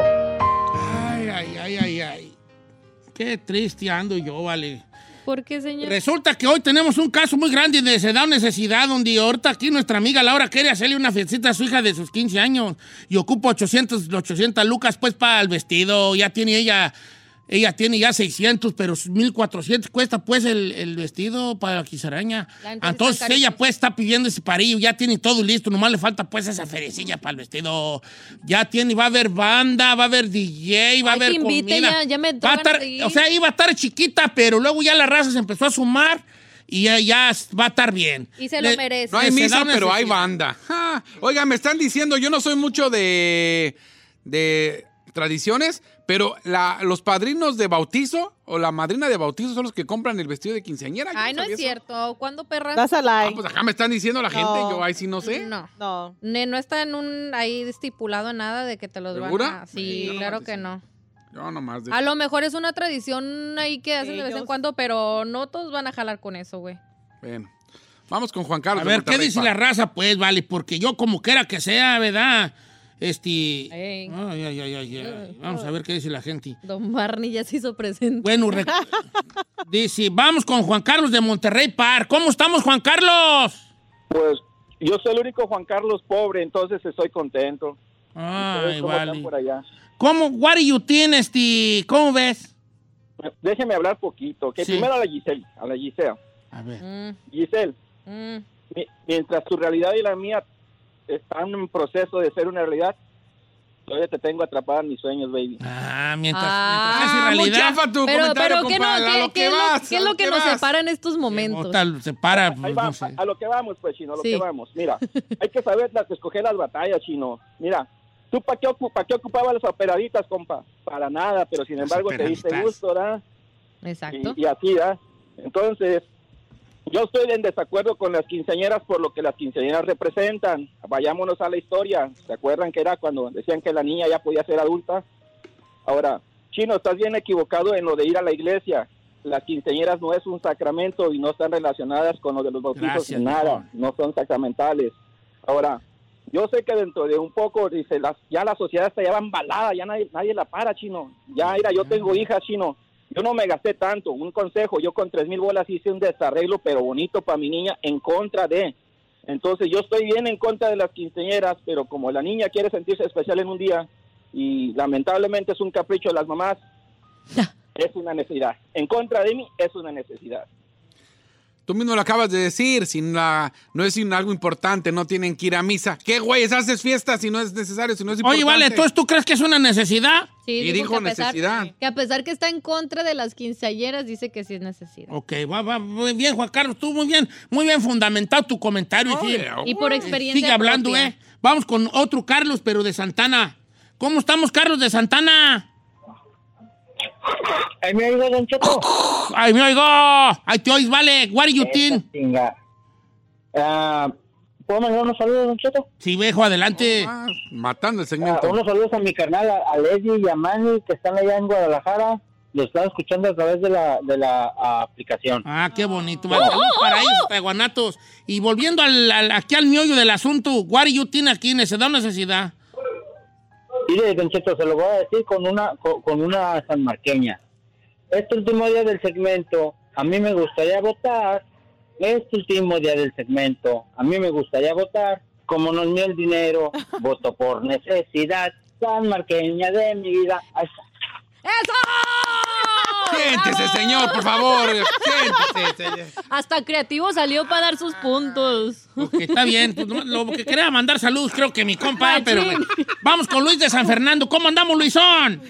A: Ay, ay, ay, ay, ay. Qué triste ando yo, vale.
B: ¿Por qué, señor?
A: Resulta que hoy tenemos un caso muy grande de se da necesidad, donde ahorita aquí nuestra amiga Laura quiere hacerle una fiestita a su hija de sus 15 años y ocupa 800, 800 lucas pues para el vestido. Ya tiene ella, ella tiene ya 600, pero 1400 cuesta pues el, el vestido para la quisaraña.
B: La entonces
A: Entonces
B: está
A: ella pues está pidiendo ese parillo, ya tiene todo listo, nomás le falta pues esa ferecilla para el vestido. Ya tiene, va a haber banda, va a haber DJ, va a haber
B: invite,
A: comida.
B: ya- ya
A: Va
B: me
A: a
B: entró ganas
A: estar-
B: de ir.
A: o sea, iba a estar chiquita, pero luego ya la raza se empezó a sumar y ya, ya va a estar bien.
B: Y se lo merece.
C: No hay
A: Se da
C: misa,
A: una
C: pero hay
A: necesidad.
C: banda. Ja. Oiga, me están diciendo, yo no soy mucho de, de tradiciones, pero la- los padrinos de bautizo o la madrina de bautizo son los que compran el vestido de quinceañera. Yo
B: Ay, no
C: sabía
B: es
C: eso.
B: cierto. ¿Cuándo, perra?
C: Ah, pues acá me están diciendo la gente,
B: No.
C: yo ahí sí no sé.
B: No.
D: No.
B: Ne- no está en un ahí estipulado nada de que te los van
C: ¿Segura?
B: a... Sí,
C: Sí, yo
B: claro
C: nomás
B: que no.
C: Yo nomás. de-
B: A lo mejor es una tradición ahí que hacen de vez en cuando, pero no todos van a jalar con eso, güey.
C: Bueno, vamos con Juan Carlos.
A: A
C: de
A: ver, ¿qué
C: Monterrey,
A: dice
C: pa.
A: la raza? Pues vale, porque yo como quiera que sea, ¿verdad? Este... Ay, ay, ay, ay, ay. Vamos a ver qué dice la gente.
B: Don Barney ya se hizo presente.
A: Bueno, re- dice, vamos con Juan Carlos de Monterrey Par. ¿Cómo estamos, Juan Carlos?
K: Pues yo soy el único Juan Carlos pobre, entonces estoy contento.
A: Ay,
K: ¿Ustedes cómo están
A: vale.
K: por allá?
A: ¿Cómo, what do you think, este, cómo ves?
K: Déjeme hablar poquito. Que
A: Sí.
K: Primero a la Giselle, a la Giselle.
A: A ver.
K: Giselle, mi- mientras tu realidad y la mía están en proceso de ser una realidad, todavía te tengo atrapada en mis sueños, baby.
A: Ah, mientras,
B: Ah,
A: mientras es realidad.
B: pero, pero ¿qué, no, ¿qué, qué es lo- qué es lo que nos separa en estos momentos?
A: Tal, se para,
K: Ahí
A: pues,
K: va,
A: no sé.
K: a, a lo que vamos, pues, Chino, a lo
B: Sí.
K: que vamos. Mira, hay que saber las, escoger las batallas, Chino. Mira, ¿tú para qué, ocu- pa' qué ocupabas las operaditas, compa? Para nada, pero sin embargo te diste
B: operaditas.
K: gusto, ¿verdad?
B: Exacto.
K: Y, y así, ¿verdad? Entonces, yo estoy en desacuerdo con las quinceañeras por lo que las quinceañeras representan. Vayámonos a la historia. ¿Se acuerdan que era cuando decían que la niña ya podía ser adulta? Ahora, Chino, estás bien equivocado en lo de ir a la iglesia. Las quinceañeras no es un sacramento y no están relacionadas con lo de los bautizos
L: Gracias,
K: ni nada. No son sacramentales. Ahora, yo sé que dentro de un poco, dice, las- ya la sociedad está ya embalada, ya nadie, nadie la para, chino. Ya, mira, yo tengo hijas, chino. Yo no me gasté tanto. Un consejo, yo con tres mil bolas hice un desarreglo, pero bonito para mi niña, en contra de. Entonces, yo estoy bien en contra de las quinceañeras, pero como la niña quiere sentirse especial en un día, y lamentablemente es un capricho de las mamás, es una necesidad. En contra de mí, es una necesidad.
C: Tú mismo lo acabas de decir, sin la, no es sin algo importante, no tienen que ir a misa. ¿Qué güeyes haces fiesta si no es necesario, si no es importante?
A: Oye, vale, entonces tú crees que es una necesidad.
B: Sí,
C: Y dijo
B: que a pesar-
C: necesidad.
B: Que a pesar que está en contra de las quinceañeras, dice que sí es necesidad.
A: Ok, va, va, muy bien, Juan Carlos, tú muy bien, muy bien fundamentado tu comentario. sí.
B: Y por experiencia
A: Sigue hablando,
B: propia.
A: ¿eh? Vamos con otro Carlos, pero de Santana. ¿Cómo estamos, Carlos de Santana?
M: Ahí me oigo, Don Cheto.
A: Ahí me oigo. Ahí te oís, vale. What do you think?
M: Ah, ¿Puedo mandar unos saludos, Don Cheto?
A: Sí, viejo, adelante.
B: Oh,
C: Matando el
M: Ah,
C: segmento.
M: unos saludos a mi carnal, a, a Leslie y a Manny, que están allá en Guadalajara. Los estaba escuchando a través de la, de la ah, aplicación.
A: Ah, qué bonito.
B: oh,
A: Vale, saludos para ellos, para guanatos. Y volviendo al, al- aquí al miollo del asunto, what do you think aquí? ¿Necesidad o necesidad?
M: Mire, Don Cheto, se lo voy a decir con una, con, con una sanmarqueña. Este último día del segmento, a mí me gustaría votar. Este último día del segmento, a mí me gustaría votar. Como no es mío el dinero, voto por necesidad. Sanmarqueña de mi vida. Ahí está.
C: Siéntese, señor, por favor. Siéntese, señor.
B: Hasta creativo salió para dar sus puntos.
A: Que Está bien, pues, nomás lo que quería mandar saludos, creo que mi compa, pero bueno. vamos con Luis de San Fernando. ¿Cómo andamos, Luisón?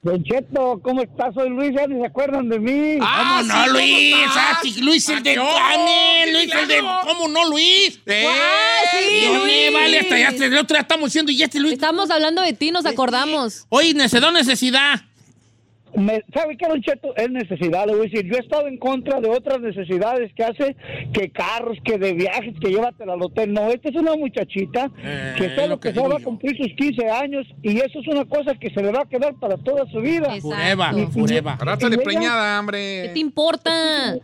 L: Don Cheto, ¿cómo estás? Soy Luis, ya ni se acuerdan de mí.
A: Ah, ¿Cómo no, Luis? Ah, sí, Luis el de Cane, Luis el de... ¿Cómo no, Luis?
C: ¡Eh!
A: ¡Ah,
B: sí,
A: Dios mío,
B: Luis.
A: Eh, vale, hasta ya hasta el otro día estamos siendo y este Luis...
B: Estamos hablando de ti, nos acordamos.
A: Oye, necesito necesidad.
L: Me- ¿Sabe qué, Don Cheto? Es necesidad, le voy a decir. Yo he estado en contra de otras necesidades que hace, que carros, que de viajes, que llévatela al hotel. No, esta es una muchachita
A: Eh,
L: que
A: es
L: está
A: lo
L: lo
A: que
L: que
A: digo
L: va a cumplir sus 15 años y eso es una cosa que se le va a quedar para toda su vida.
A: Fureva,
L: Y- y-
A: fureva.
L: y ella-
C: hombre.
B: te importa?
L: Eh,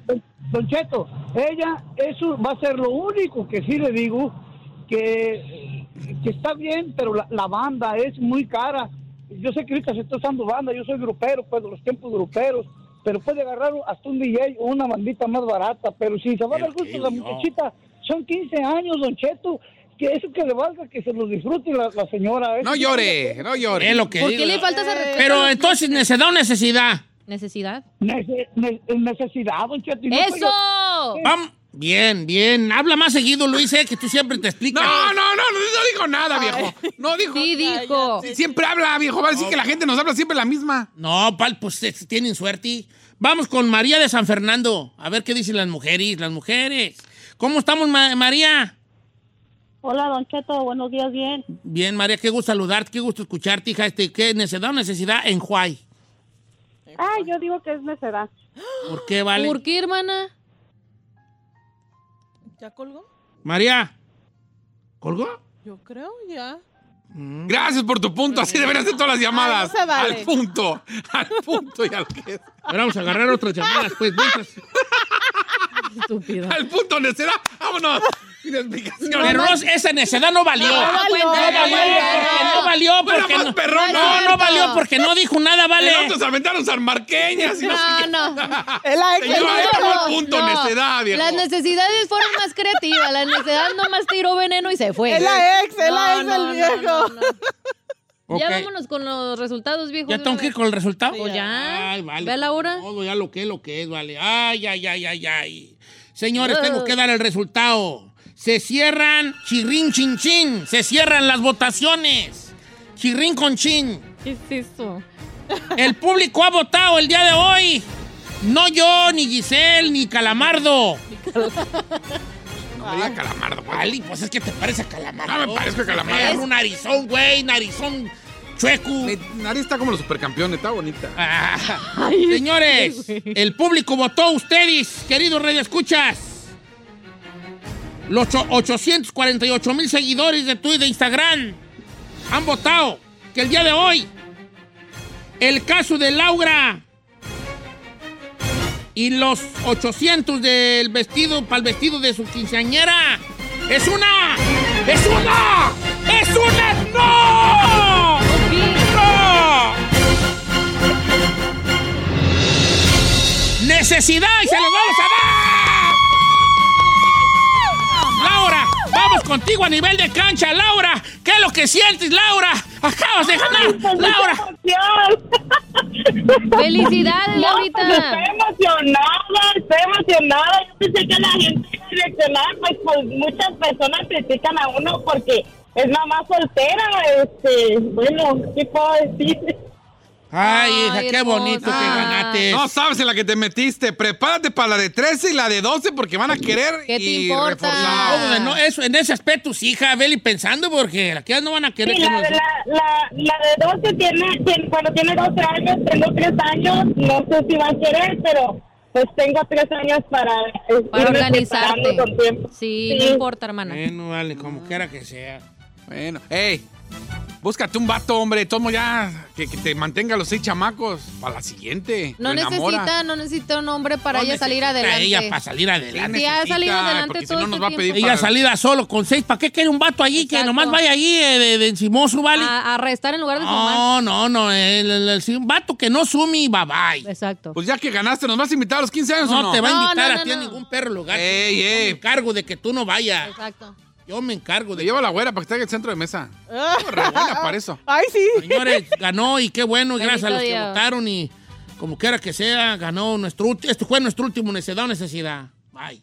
L: Don Cheto, ella, eso va a ser lo único que sí le digo, que, que está bien, pero la, la banda es muy cara. Yo sé que ahorita se está usando banda, yo soy grupero, pues de los tiempos gruperos, pero puede agarrar hasta un DJ o una bandita más barata, pero si se va a dar gusto la muchachita, son 15 años, Don Cheto, que eso que le valga, que se lo disfrute la, la señora. Eso-
C: no llore.
A: Es lo que
B: ¿Por
A: digo. Eh,
B: qué le faltas al respeto?
A: Pero entonces, ¿necesidad o necesidad?
B: ¿Necesidad?
L: Nece- ne- necesidad, Ah, Don Cheto. y no estoy-
B: ¡Eso!
A: Vamos. Bien, bien. Habla más seguido, Luis, eh, que tú siempre te explicas.
C: No, no, no, no, no dijo nada, viejo. No dijo.
B: Sí dijo.
C: Sí, Siempre habla, viejo. Va a decir
A: No.
C: que la gente nos habla siempre la misma.
A: No, pal, pues eh, tienen suerte. Vamos con María de San Fernando. A ver qué dicen las mujeres, las mujeres. ¿Cómo estamos, Ma- María?
N: Hola, Don Cheto, buenos días, bien.
A: Bien, María, qué gusto saludarte, qué gusto escucharte, hija. Este, ¿Qué necesidad o necesidad en Juay?
N: Ah, yo digo que es necedad.
A: ¿Por qué, vale?
B: ¿Por qué, hermana?
D: ¿Ya colgó?
A: María. ¿Colgó?
D: Yo creo, ya.
C: Gracias por tu punto. Así deberías de todas las llamadas.
D: Ay, no se vale.
C: Al punto. Al punto y al que es.
A: Ahora vamos a agarrar otras llamadas, pues. muchas.
B: Estúpido.
C: Al punto, necedad. Vámonos. Sin explicación.
A: Pero no, esa necedad no valió.
C: No, no
A: No
C: cuenta, no
A: valió
C: cuenta. Fuera
A: porque no valió porque
C: más
A: no-
C: perrón,
A: no,
C: no.
A: no valió porque no dijo nada, vale.
C: El otro se aventaron sanmarqueñas y no, sé qué.
B: No, no.
D: El
C: Señora, ahí está el punto, necedad, viejo.
B: Las necesidades fueron más creativas. La necesidad nomás tiró veneno y se fue.
D: Es la ex, es la ex del viejo.
B: Ya
A: Ok.
B: vámonos con los resultados, viejo.
A: ¿Ya
B: de
A: tengo
B: una
A: que ir
B: vez.
A: con el resultado?
B: Pues ya.
A: Ay, vale.
B: Ve a la hora.
A: Todo ya lo que es, lo que es, vale. Ay, ay, ay, ay, ay. Señores,
B: Ugh.
A: tengo que dar el resultado. Se cierran chirrín, chin, chin. Se cierran las votaciones. Chirrín con chin.
B: ¿Qué es eso?
A: El público ha votado el día de hoy. No yo, ni Giselle, ni Calamardo.
C: No me diga calamardo, pues.
A: Vale, pues es que te parece a Calamardo.
C: No me parezco a Calamardo.
A: Era un narizón, güey, narizón chueco.
C: Mi nariz está como los supercampeones, está bonita.
A: Ah, Señores, el público votó ustedes, queridos Radio Escuchas. Los 848 mil seguidores de Twitter de Instagram han votado que el día de hoy el caso de Laura y los 800 del vestido para el vestido de su quinceañera es una, es una, es una, no, no. ¡Necesidad! ¡Y se los vamos a dar! ¡Laura! ¡Vamos contigo a nivel de cancha, Laura! ¿Qué es lo que sientes, Laura? ¡Acabas de ganar, Laura!
B: ¡Felicidades,
J: No,
B: Laurita!
J: pues estoy emocionada, estoy emocionada. Yo pensé que la gente iba a reaccionar, pues, pues muchas personas critican a uno porque es mamá soltera. Este, bueno, ¿qué puedo decir? Ah,
A: Ay, hija,
J: Ay,
A: qué
J: hermosa.
A: bonito que ganaste.
C: No sabes en la que te metiste. Prepárate para la de 13 y la de 12 porque van a querer
B: ¿Qué te
C: y
B: importa?
C: reforzar.
A: No, no, eh. eso, en ese aspecto, sí, hija, vele pensando porque aquí no van a querer
J: Sí,
A: que
J: la,
A: nos-
J: de- la, la, la de 12 tiene, tiene- cuando tiene 12 años, tengo 3 años, no sé si va a querer, pero pues tengo 3 años para, eh,
B: Para
J: irme
B: organizarte.
J: preparando con tiempo.
B: Sí,
J: Sí.
B: no importa, hermana.
A: Bueno, vale, como quiera que sea.
C: Bueno, ey, búscate un vato, hombre. Tomo ya que, que te mantenga los seis chamacos para la siguiente.
B: No
C: Lo enamora.
B: necesita, no necesita un hombre para
A: No
B: ella salir
A: necesita
B: adelante.
A: ella para salir adelante.
B: Sí, ha salido
C: necesita,
B: adelante
C: porque si
B: todo
C: no nos
B: este
C: va a pedir
B: tiempo.
A: Ella
C: para-
A: salida solo con seis. ¿Para qué quiere un vato allí que
B: Exacto.
A: nomás vaya allí eh, de, de encimoso, vale?
B: A, a restar en lugar de fumar.
A: No, no, no. El, el- el- sí, un vato que no sumi, bye bye.
B: Exacto.
C: Pues ya que ganaste, ¿nos vas a invitar a los 15 años
A: No,
C: o no?
A: te va a
B: No,
A: invitar
B: no,
A: a ti a
B: no, no.
A: ningún perro lugar.
C: Ey,
A: Yo me
C: ey.
A: encargo de que tú no vayas.
B: Exacto.
A: Yo me encargo
C: Le
A: de.
C: llevo a la güera para que esté en el centro de mesa.
D: Ah,
C: Re buena para eso.
D: Ay, sí.
A: Señores, ganó y qué bueno. y gracias a los que
B: Bendito Dios.
A: votaron y como quiera que sea, ganó nuestro. ulti- Esto fue nuestro último necesidad o necesidad. Bye.